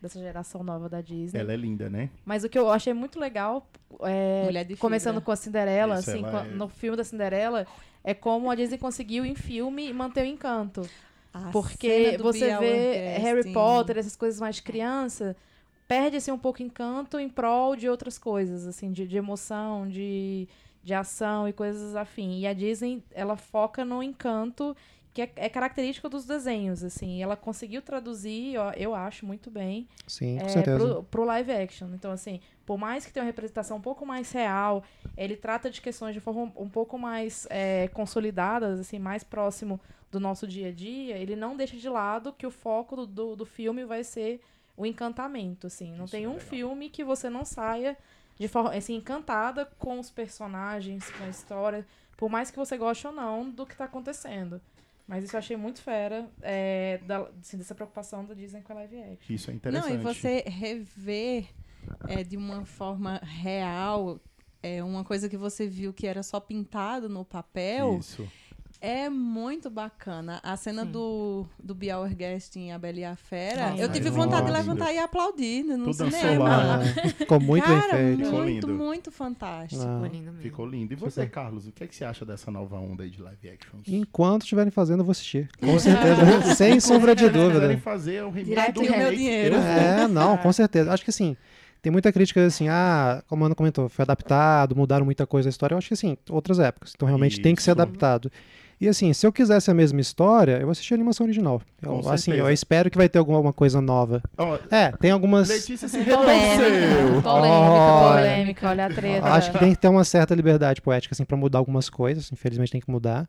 Speaker 7: dessa geração nova da Disney.
Speaker 2: Ela é linda, né?
Speaker 7: Mas o que eu achei muito legal, é,
Speaker 3: Mulher né? de
Speaker 7: começando
Speaker 3: fibra.
Speaker 7: com a Cinderela,
Speaker 2: Isso,
Speaker 7: assim,
Speaker 2: ela
Speaker 7: com a-
Speaker 2: é-
Speaker 7: no filme da Cinderela, é como a Disney conseguiu em filme manter o encanto. Porque você vê Harry Potter, essas coisas mais criança, perde-se um pouco encanto em prol de outras coisas, assim, de, de emoção, de, de ação e coisas afim. E a Disney, ela foca no encanto que é, é característico dos desenhos, assim. E ela conseguiu traduzir, ó, eu acho, muito bem,
Speaker 6: Sim, com
Speaker 7: é,
Speaker 6: certeza.
Speaker 7: pro, pro live action. Então, assim, por mais que tenha uma representação um pouco mais real, ele trata de questões de forma um, um pouco mais é, consolidadas, assim, mais próximo do nosso dia a dia, ele não deixa de lado que o foco do, do, do filme vai ser o encantamento, assim. Não
Speaker 2: Isso
Speaker 7: tem
Speaker 2: é
Speaker 7: um
Speaker 2: legal.
Speaker 7: filme que você não saia de forma, assim, encantada com os personagens, com a história, por mais que você goste ou não do que tá acontecendo. Mas isso eu achei muito fera, é, da, assim, dessa preocupação da Disney com a live action.
Speaker 2: Isso é
Speaker 3: Não,
Speaker 2: interessante.
Speaker 3: e você rever é, de uma forma real é, uma coisa que você viu que era só pintado no papel
Speaker 2: Isso.
Speaker 3: é muito bacana. A cena do, do Bauerguest em A Bela e a Fera,
Speaker 7: Nossa,
Speaker 3: eu tive
Speaker 2: é
Speaker 3: vontade de
Speaker 2: maravilha.
Speaker 3: levantar e aplaudir no
Speaker 2: Tudo
Speaker 3: cinema.
Speaker 2: solar.
Speaker 6: É, ficou muito
Speaker 3: Cara,
Speaker 6: bem feito.
Speaker 2: Ficou
Speaker 3: muito,
Speaker 2: lindo.
Speaker 3: muito fantástico.
Speaker 6: Ah.
Speaker 5: Ficou lindo mesmo.
Speaker 2: Ficou lindo. E você,
Speaker 6: tá-
Speaker 2: Carlos, o que, é que você acha dessa nova onda aí de live actions?
Speaker 6: Enquanto estiverem fazendo, eu vou assistir. Com certeza. né, Sem sombra de
Speaker 2: Se eles quiserem
Speaker 6: dúvida.
Speaker 2: fazer o remake
Speaker 1: Direto
Speaker 2: do
Speaker 1: e o meu
Speaker 2: remake,
Speaker 3: dinheiro.
Speaker 2: eu vou.
Speaker 6: É, não, com certeza. Acho que assim, tem muita crítica assim, ah, como a Ana comentou, foi adaptado, mudaram muita coisa da história. Eu acho que assim, outras épocas. Então realmente tem que ser
Speaker 2: Isso.
Speaker 6: adaptado. E assim, se eu quisesse a mesma história, eu assisti a animação original. Eu,
Speaker 2: Com
Speaker 6: assim, eu
Speaker 2: certeza.
Speaker 6: espero que vai ter alguma coisa nova.
Speaker 2: Ó,
Speaker 6: É, tem algumas.
Speaker 2: Letícia se
Speaker 1: né? Polêmica,
Speaker 2: retorceu.
Speaker 1: polêmica,
Speaker 6: Olha.
Speaker 1: polêmica.
Speaker 7: polêmica, olha a treta.
Speaker 6: Acho que tem que ter uma certa liberdade poética, assim, pra mudar algumas coisas. Infelizmente tem que mudar.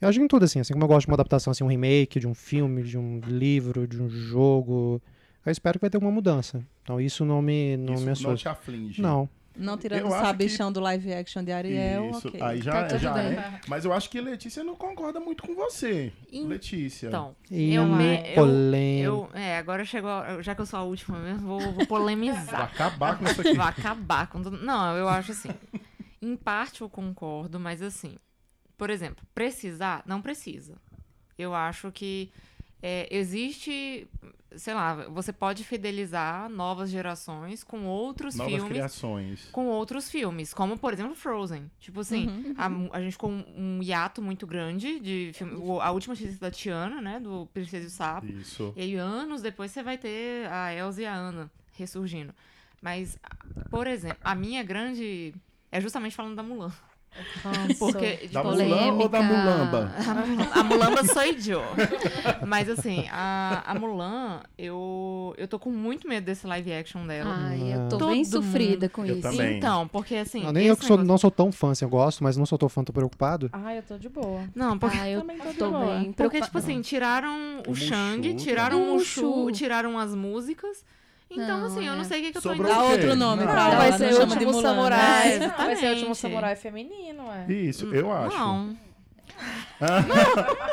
Speaker 6: Eu acho que em tudo, assim, assim como eu gosto de uma adaptação, assim, um remake de um filme, de um livro, de um jogo. Eu espero que vai ter uma mudança. Então isso não me, não
Speaker 2: Isso
Speaker 6: me
Speaker 2: não
Speaker 6: assusta.
Speaker 2: te aflige.
Speaker 6: Não.
Speaker 3: Não tirando
Speaker 2: Eu
Speaker 3: o
Speaker 2: acho
Speaker 3: sabichão do live action de Ariel,
Speaker 2: Isso,
Speaker 3: ok.
Speaker 2: aí já,
Speaker 1: Tá tudo
Speaker 2: já
Speaker 1: bem.
Speaker 2: é. Mas eu acho que Letícia não concorda muito com você. Letícia.
Speaker 5: Então,
Speaker 6: E
Speaker 5: Eu me- eu-
Speaker 6: polêmica.
Speaker 5: eu. É, agora chegou. a- Já que eu sou a última mesmo, vou, vou polemizar.
Speaker 2: Pra acabar com isso aqui.
Speaker 5: Vai acabar com tudo. Não, eu acho assim. Em parte eu concordo, mas assim, por exemplo, precisar, não precisa. Eu acho que é, existe, sei lá, você pode fidelizar novas gerações com outros
Speaker 2: Novas
Speaker 5: filmes.
Speaker 2: criações.
Speaker 5: Com outros filmes, como por exemplo Frozen. Tipo assim,
Speaker 3: Uhum.
Speaker 5: a, a gente com um hiato muito grande de filme. o- A última assistência da Tiana, né? Do Princesa e o Sapo.
Speaker 2: Isso.
Speaker 5: E aí, anos depois você vai ter a Elsa e a Ana ressurgindo. Mas, por exemplo, a minha grande. É justamente falando da Mulan. Porque,
Speaker 2: Da
Speaker 5: tipo,
Speaker 2: Mulan ou da Mulamba?
Speaker 5: a Mulamba sou eu. Mas assim, a, a Mulan, eu, eu tô com muito medo desse live action dela.
Speaker 1: Ai, eu tô
Speaker 5: Todo
Speaker 1: bem
Speaker 5: mundo.
Speaker 1: sofrida com
Speaker 2: Eu
Speaker 1: isso.
Speaker 2: também.
Speaker 5: Então, porque assim.
Speaker 6: Não, nem eu
Speaker 5: esse
Speaker 6: que sou,
Speaker 5: negócio-
Speaker 6: não sou tão fã, assim, eu gosto, mas não sou tão fã, tô preocupado.
Speaker 7: Ai, eu tô de boa.
Speaker 5: Não, porque.
Speaker 1: Ah, eu
Speaker 7: Também tô de
Speaker 1: tô
Speaker 7: boa.
Speaker 1: bem
Speaker 5: Porque,
Speaker 1: preocupada.
Speaker 5: tipo assim, tiraram
Speaker 2: O
Speaker 5: o, Shang,
Speaker 2: Mushu,
Speaker 5: tiraram
Speaker 1: né?
Speaker 5: o Mushu,
Speaker 1: Mushu.
Speaker 5: tiraram as músicas. Então,
Speaker 1: Não,
Speaker 5: assim, eu
Speaker 1: é.
Speaker 5: não sei o que, que eu tô
Speaker 2: Sobrou
Speaker 5: indo.
Speaker 3: Dá
Speaker 2: o quê?
Speaker 3: outro nome
Speaker 2: Não. é
Speaker 3: pra ela,
Speaker 7: vai ser
Speaker 3: não
Speaker 7: o
Speaker 3: chama de
Speaker 7: último
Speaker 3: Mulan, né?
Speaker 7: samurai.
Speaker 5: É,
Speaker 7: vai ser o último
Speaker 5: exatamente.
Speaker 7: samurai feminino, é.
Speaker 2: Isso, eu acho.
Speaker 5: Não.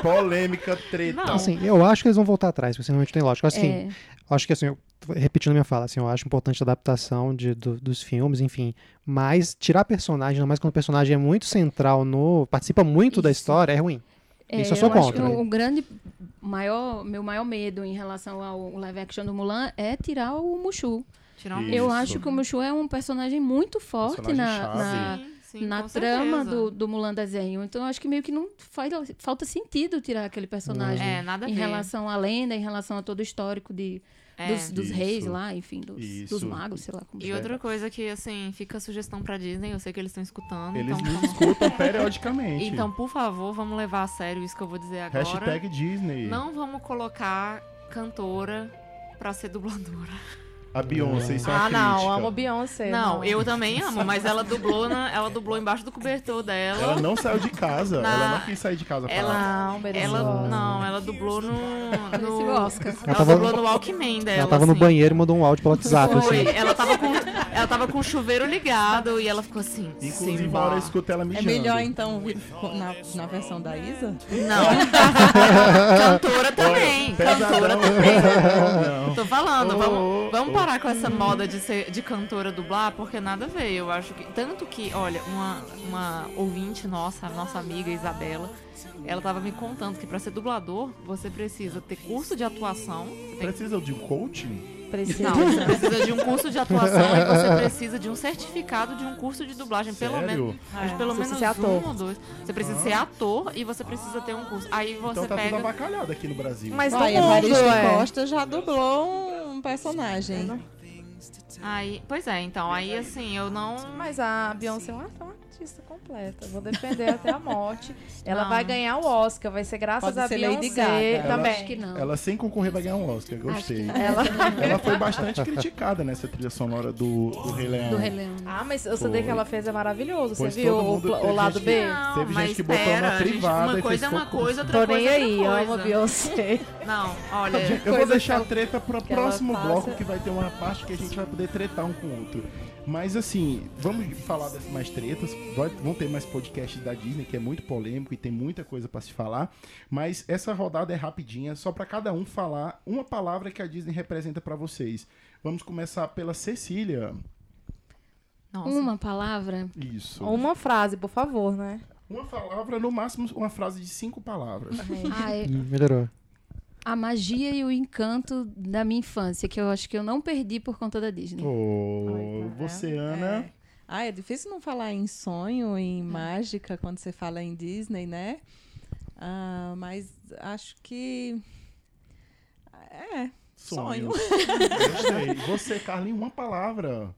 Speaker 2: Polêmica, treta.
Speaker 5: Não.
Speaker 6: Assim, eu acho que eles vão voltar atrás, porque realmente tem lógica. Assim,
Speaker 1: É.
Speaker 6: acho que assim, eu, repetindo minha fala, assim, eu acho importante a adaptação de, do- dos filmes, enfim. Mas tirar personagem, ainda mais quando o personagem é muito central no. participa muito da
Speaker 1: Isso.
Speaker 6: história, é ruim.
Speaker 1: É,
Speaker 6: Isso eu sou
Speaker 1: acho
Speaker 6: contra,
Speaker 1: que
Speaker 6: né?
Speaker 1: o, o grande maior, meu maior medo em relação ao live action do Mulan é tirar o Mushu.
Speaker 5: Tirar o
Speaker 2: Isso.
Speaker 1: Eu acho que o Mushu é um personagem muito forte
Speaker 2: Personagem
Speaker 1: na,
Speaker 2: chave.
Speaker 1: na-
Speaker 5: Sim, sim. Sim,
Speaker 1: na
Speaker 5: com
Speaker 1: trama
Speaker 5: certeza.
Speaker 1: do, do Mulan desenho. Então eu acho que meio que não faz, falta sentido tirar aquele personagem
Speaker 5: É, nada a
Speaker 1: em
Speaker 5: ver.
Speaker 1: relação à lenda, em relação a todo o histórico de,
Speaker 5: É.
Speaker 1: dos, dos
Speaker 2: Isso.
Speaker 1: reis lá, enfim, dos, dos
Speaker 2: Isso.
Speaker 1: magos, sei lá como
Speaker 5: E
Speaker 1: chama.
Speaker 5: outra coisa que, assim, fica a sugestão pra Disney, eu sei que eles estão escutando.
Speaker 2: Eles
Speaker 5: então,
Speaker 2: nos
Speaker 5: vamos-
Speaker 2: escutam periodicamente.
Speaker 5: então, por favor, vamos levar a sério isso que eu vou dizer agora.
Speaker 2: Hashtag Disney.
Speaker 5: Não vamos colocar cantora pra ser dubladora.
Speaker 2: A Beyoncé, isso é uma
Speaker 7: Ah, não,
Speaker 2: crítica.
Speaker 7: amo Beyoncé.
Speaker 5: não, eu também amo, mas ela dublou, na, ela dublou embaixo do cobertor dela.
Speaker 2: Ela não saiu de casa.
Speaker 5: Na-
Speaker 2: Ela não quis sair de casa pra
Speaker 5: Ela-
Speaker 7: Não, mereceu.
Speaker 5: Ela não, ela dublou no.
Speaker 1: Esse
Speaker 5: no
Speaker 1: Oscar.
Speaker 5: ela
Speaker 6: tava-
Speaker 5: dublou no Walkman dela.
Speaker 6: Ela tava no
Speaker 5: assim.
Speaker 6: banheiro e mandou um áudio pelo WhatsApp,
Speaker 5: Foi,
Speaker 6: assim.
Speaker 5: ela tava com ela tava com o chuveiro ligado e ela ficou assim.
Speaker 2: Inclusive, uma
Speaker 5: "Simba".
Speaker 2: hora eu escuto ela
Speaker 3: É
Speaker 2: mijando.
Speaker 3: melhor então ouvir na, na versão da Isa?
Speaker 5: Não. Cantora também.
Speaker 2: Pesadão,
Speaker 5: cantora também.
Speaker 2: pesadão, não.
Speaker 5: Tô falando,
Speaker 2: Ô, ô,
Speaker 5: vamos, vamos
Speaker 2: ô.
Speaker 5: parar com essa moda de, ser, de cantora dublar, porque nada a ver, eu acho que. Tanto que, olha, uma, uma ouvinte nossa, a nossa amiga Isabela, ela tava me contando que pra ser dublador, você precisa ter curso de atuação. você tem que
Speaker 2: Precisa de um coaching?
Speaker 7: Precisa.
Speaker 5: Não, você precisa de um curso de atuação e você precisa de um certificado de um curso de dublagem, pelo
Speaker 2: Sério? Então
Speaker 5: menos. Acho que pelo
Speaker 7: É,
Speaker 5: menos
Speaker 7: Você precisa ser ator.
Speaker 5: um ou dois. Você precisa ser ator e você precisa ter um curso. Aí você
Speaker 2: Ah. Então tá tudo
Speaker 5: pega.
Speaker 2: avacalhado aqui no Brasil.
Speaker 7: Mas não
Speaker 3: Olha, Evaristo
Speaker 7: é.
Speaker 3: Costa já dublou um personagem.
Speaker 5: Aí, pois é, então, aí assim, eu não.
Speaker 7: Mas a Beyoncé é uma é uma artista completa. Vou defender até a morte. Ela
Speaker 5: Não.
Speaker 7: vai ganhar o Oscar, vai ser graças
Speaker 3: Pode
Speaker 7: a
Speaker 3: ser Lady
Speaker 7: Beyoncé
Speaker 3: Gaga.
Speaker 7: também.
Speaker 1: Acho que não.
Speaker 2: Ela sem concorrer vai ganhar um Oscar,
Speaker 1: Acho que
Speaker 2: gostei.
Speaker 1: não.
Speaker 7: Ela...
Speaker 2: Ela foi bastante criticada nessa trilha sonora do, do Rei Leão.
Speaker 1: Do Rei Leão.
Speaker 7: Ah, mas o CD que ela fez é maravilhoso.
Speaker 2: Pois
Speaker 7: você viu
Speaker 2: todo
Speaker 7: o,
Speaker 2: mundo
Speaker 7: pla- o
Speaker 2: teve
Speaker 7: lado
Speaker 2: gente
Speaker 7: B?
Speaker 5: Não,
Speaker 2: Teve gente
Speaker 5: mas
Speaker 2: que botou
Speaker 5: pera,
Speaker 2: na
Speaker 5: gente,
Speaker 2: privada e
Speaker 5: Uma coisa é
Speaker 2: fez
Speaker 5: uma
Speaker 2: concurso.
Speaker 5: coisa, outra
Speaker 7: Tô
Speaker 5: coisa
Speaker 7: nem
Speaker 5: é
Speaker 7: aí, eu
Speaker 5: outra
Speaker 7: amo a
Speaker 5: coisa.
Speaker 7: Beyoncé.
Speaker 5: Não, olha.
Speaker 2: Eu vou
Speaker 7: coisa
Speaker 2: deixar a
Speaker 7: que
Speaker 2: treta para
Speaker 7: que ela
Speaker 2: próximo
Speaker 7: passa.
Speaker 2: bloco, que vai ter uma parte que a gente vai poder tretar um com o outro. Mas assim, vamos falar das mais tretas. Vai- vão ter mais podcasts da Disney, que é muito polêmico e tem muita coisa para se falar. Mas essa rodada é rapidinha, só para cada um falar uma palavra que a Disney representa para vocês. Vamos começar pela Cecília.
Speaker 5: Nossa.
Speaker 1: Uma palavra.
Speaker 2: Isso.
Speaker 7: Uma frase, por favor, né?
Speaker 2: Uma palavra, no máximo uma frase de cinco palavras.
Speaker 1: Ah, é
Speaker 6: Hum, Melhorou.
Speaker 1: a magia e o encanto da minha infância, que eu acho que eu não perdi por conta da Disney.
Speaker 2: Oh, você, Ana.
Speaker 3: Ah, é difícil não falar em sonho, em mágica, quando você fala em Disney, né? Ah, mas acho que. É,
Speaker 2: Sonho. Gostei. Você, Carlinhos, uma palavra.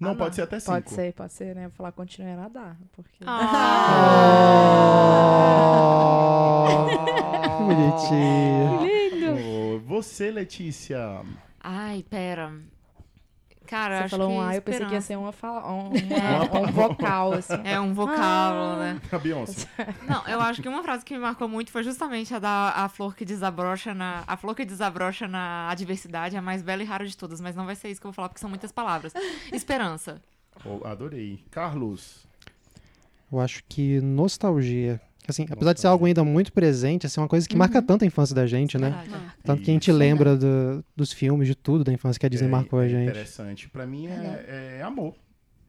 Speaker 2: Não,
Speaker 7: Ah,
Speaker 2: pode ser até cinco.
Speaker 7: Pode ser, pode ser, né? Vou falar continue a nadar. Porque...
Speaker 5: Ah,
Speaker 6: Que bonitinho.
Speaker 2: Oh, você, Letícia.
Speaker 5: Ai, pera. Cara, eu
Speaker 7: Você
Speaker 5: acho
Speaker 7: falou
Speaker 5: que
Speaker 7: um ah, eu pensei que ia
Speaker 5: esperança.
Speaker 7: ser uma fala, um, uma- um vocal, assim.
Speaker 5: É um vocábulo, né?
Speaker 2: A Beyoncé.
Speaker 5: Não, eu acho que uma frase que me marcou muito foi justamente a da a flor que desabrocha na a flor que desabrocha na adversidade, a mais bela e rara de todas, mas não vai ser isso que eu vou falar porque são muitas palavras. Esperança.
Speaker 2: Oh, adorei. Carlos.
Speaker 6: Eu acho que nostalgia. Assim, apesar de ser algo ainda muito presente, assim, é uma coisa que marca tanto a infância da gente, né?
Speaker 5: Verdade.
Speaker 6: Tanto que a gente
Speaker 1: Isso.
Speaker 6: lembra do- dos filmes, de tudo da infância que a Disney
Speaker 2: É,
Speaker 6: marcou a
Speaker 2: é
Speaker 6: gente.
Speaker 2: Interessante. Pra mim
Speaker 1: Verdade.
Speaker 2: é, é amor.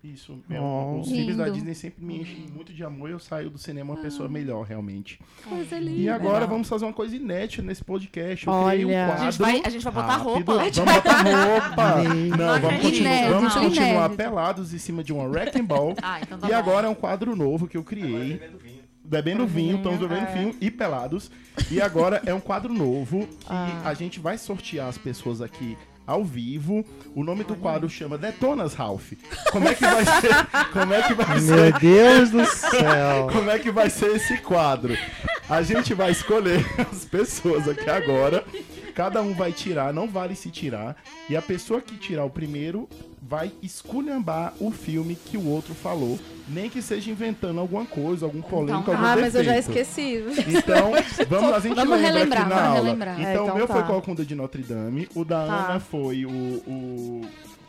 Speaker 2: Isso. É
Speaker 6: Oh.
Speaker 2: um- Os filmes da
Speaker 1: Lindo.
Speaker 2: Disney sempre me enchem muito de amor e eu saio do cinema uma pessoa melhor, realmente.
Speaker 1: Coisa
Speaker 2: E
Speaker 1: linda.
Speaker 2: agora vamos fazer uma coisa inédita nesse podcast. Eu criei um
Speaker 7: Olha.
Speaker 5: A
Speaker 2: quadro.
Speaker 5: gente vai a gente vai botar
Speaker 2: Rápido,
Speaker 5: roupa.
Speaker 2: Vamos botar roupa.
Speaker 6: Gente.
Speaker 2: Não, vamos,
Speaker 5: Inédito,
Speaker 2: continuar, vamos
Speaker 5: não.
Speaker 2: continuar
Speaker 1: Inédito.
Speaker 2: pelados em cima de uma wrecking ball.
Speaker 5: Ah, então tá
Speaker 2: E
Speaker 5: bom.
Speaker 2: agora é um quadro novo que eu criei. é Bebendo vinho, estamos
Speaker 5: é.
Speaker 2: bebendo vinho e pelados. E agora é um quadro novo que
Speaker 5: Ah.
Speaker 2: a gente vai sortear as pessoas aqui ao vivo. O nome do quadro chama Detonas Ralph. Como é que vai ser? Como é que vai ser?
Speaker 6: Meu Deus do céu.
Speaker 2: Como é que vai ser esse quadro? A gente vai escolher as pessoas aqui agora. Cada um vai tirar, não vale se tirar. E a pessoa que tirar o primeiro vai esculhambar o filme que o outro falou. Nem que seja inventando alguma coisa, algum polêmico, algum
Speaker 7: Ah, mas eu já
Speaker 2: defeito.
Speaker 7: esqueci.
Speaker 2: Então, vamos, a gente
Speaker 1: Vamos
Speaker 2: lembra
Speaker 1: relembrar,
Speaker 2: aqui na
Speaker 1: vamos
Speaker 2: aula.
Speaker 1: relembrar.
Speaker 2: Então,
Speaker 7: É,
Speaker 2: o
Speaker 7: então
Speaker 2: meu foi
Speaker 7: tá.
Speaker 2: Corcunda de Notre Dame, o da
Speaker 7: Tá.
Speaker 2: Ana foi o, o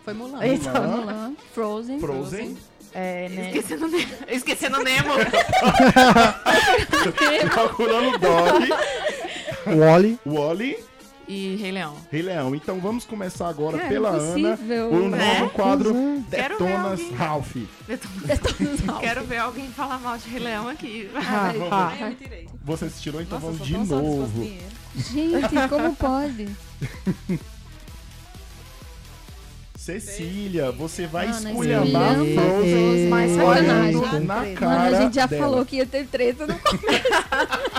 Speaker 3: foi Mulan.
Speaker 2: É.
Speaker 7: Então,
Speaker 2: Mulan,
Speaker 1: Mulan, Frozen.
Speaker 2: Frozen.
Speaker 7: É, né?
Speaker 5: Esquecendo o Nemo. Esquecendo o Nemo.
Speaker 2: Calculando o Dolly,
Speaker 6: O Oli,
Speaker 2: Wally
Speaker 5: E Rei Leão.
Speaker 2: Rei Leão. Então vamos começar agora
Speaker 1: Cara,
Speaker 2: pela Ana.
Speaker 1: É, impossível. É.
Speaker 2: O
Speaker 5: Né?
Speaker 2: novo quadro
Speaker 5: Quero
Speaker 2: Detonas
Speaker 5: ver alguém.
Speaker 2: Ralph.
Speaker 5: Eu tô-
Speaker 1: Detonar.
Speaker 5: Quero ver alguém falar mal de Rei Leão aqui.
Speaker 7: Ah, ah.
Speaker 3: Ai, eu me tirei.
Speaker 2: Você se tirou, então
Speaker 3: Nossa,
Speaker 2: vamos
Speaker 3: sou
Speaker 2: de
Speaker 3: tão só se fosse
Speaker 2: novo.
Speaker 3: dinheiro.
Speaker 1: Gente, como pode?
Speaker 2: Cecília, você vai
Speaker 1: Mano,
Speaker 2: esculhambar
Speaker 1: Cecília,
Speaker 2: Frozen
Speaker 7: mas
Speaker 1: sacanagem.
Speaker 2: olhando na cara
Speaker 1: Mano, a gente já
Speaker 2: dela.
Speaker 1: falou que ia ter treta no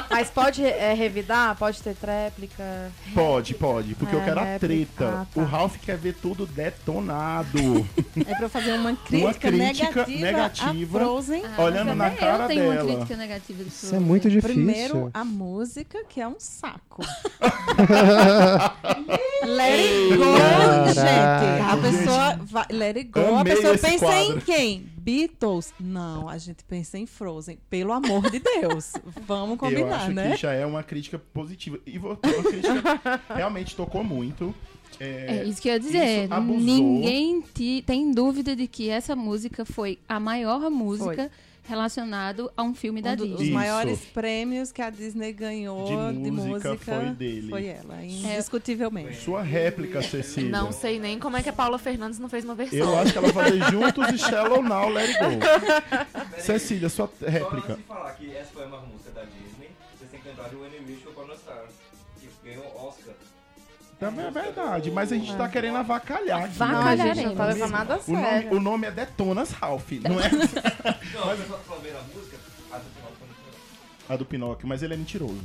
Speaker 7: Mas pode é, revidar? Pode ter tréplica?
Speaker 2: Pode, pode, porque eu
Speaker 7: É,
Speaker 2: quero a
Speaker 7: rap.
Speaker 2: treta.
Speaker 7: Ah, tá.
Speaker 2: O Ralph quer ver tudo detonado.
Speaker 1: Ah,
Speaker 3: É pra eu fazer uma crítica,
Speaker 2: crítica
Speaker 3: negativa,
Speaker 2: negativa.
Speaker 3: a Frozen.
Speaker 1: Ah,
Speaker 2: Olhando
Speaker 1: mas
Speaker 2: na
Speaker 1: até
Speaker 2: cara
Speaker 1: eu tenho
Speaker 2: dela.
Speaker 1: uma crítica negativa do
Speaker 6: Isso é muito difícil.
Speaker 3: Primeiro, a música, que é um saco. let it go,
Speaker 6: Caraca.
Speaker 3: gente. A pessoa vai, let it go.
Speaker 2: Amei
Speaker 3: a pessoa
Speaker 2: esse
Speaker 3: pensa em
Speaker 2: quadro.
Speaker 3: quem? Beatles? Não, a gente pensa em Frozen. Pelo amor de Deus. Vamos
Speaker 2: eu
Speaker 3: combinar,
Speaker 2: acho
Speaker 3: né?
Speaker 2: que já é uma crítica positiva. E vo- uma crítica realmente tocou muito. É,
Speaker 1: É isso que eu ia dizer.
Speaker 2: isso abusou.
Speaker 1: Ninguém ti- tem dúvida de que essa música foi a maior música relacionada a um filme da
Speaker 3: Um do- os
Speaker 1: Disney.
Speaker 2: Isso.
Speaker 3: maiores prêmios que a Disney ganhou
Speaker 2: De
Speaker 3: de,
Speaker 2: música
Speaker 3: música,
Speaker 2: foi É. dele.
Speaker 3: foi ela,
Speaker 1: É.
Speaker 3: indiscutivelmente.
Speaker 2: Sua réplica, Cecília.
Speaker 5: Não sei nem como é que a Paula Fernandes não fez uma versão.
Speaker 2: Eu acho que ela vai fazer juntos e Shallow Now, Let It Go. Cecília, sua
Speaker 4: Só
Speaker 2: réplica.
Speaker 4: antes de falar que essa foi uma música da Disney, vocês têm que lembrar de When You Wish Upon a Star, que ganhou Oscar.
Speaker 2: Também é verdade, mas a gente tá querendo avacalhar aqui.
Speaker 7: Não, a gente não tá
Speaker 1: Avacalharemos.
Speaker 7: levando nada a
Speaker 2: O nome,
Speaker 7: sério.
Speaker 2: o nome é Detonas Ralph, não é
Speaker 4: Não, mas só só vendo a música, Ah, tá a do final foi muito legal.
Speaker 2: a do Pinóquio, mas ele é mentiroso.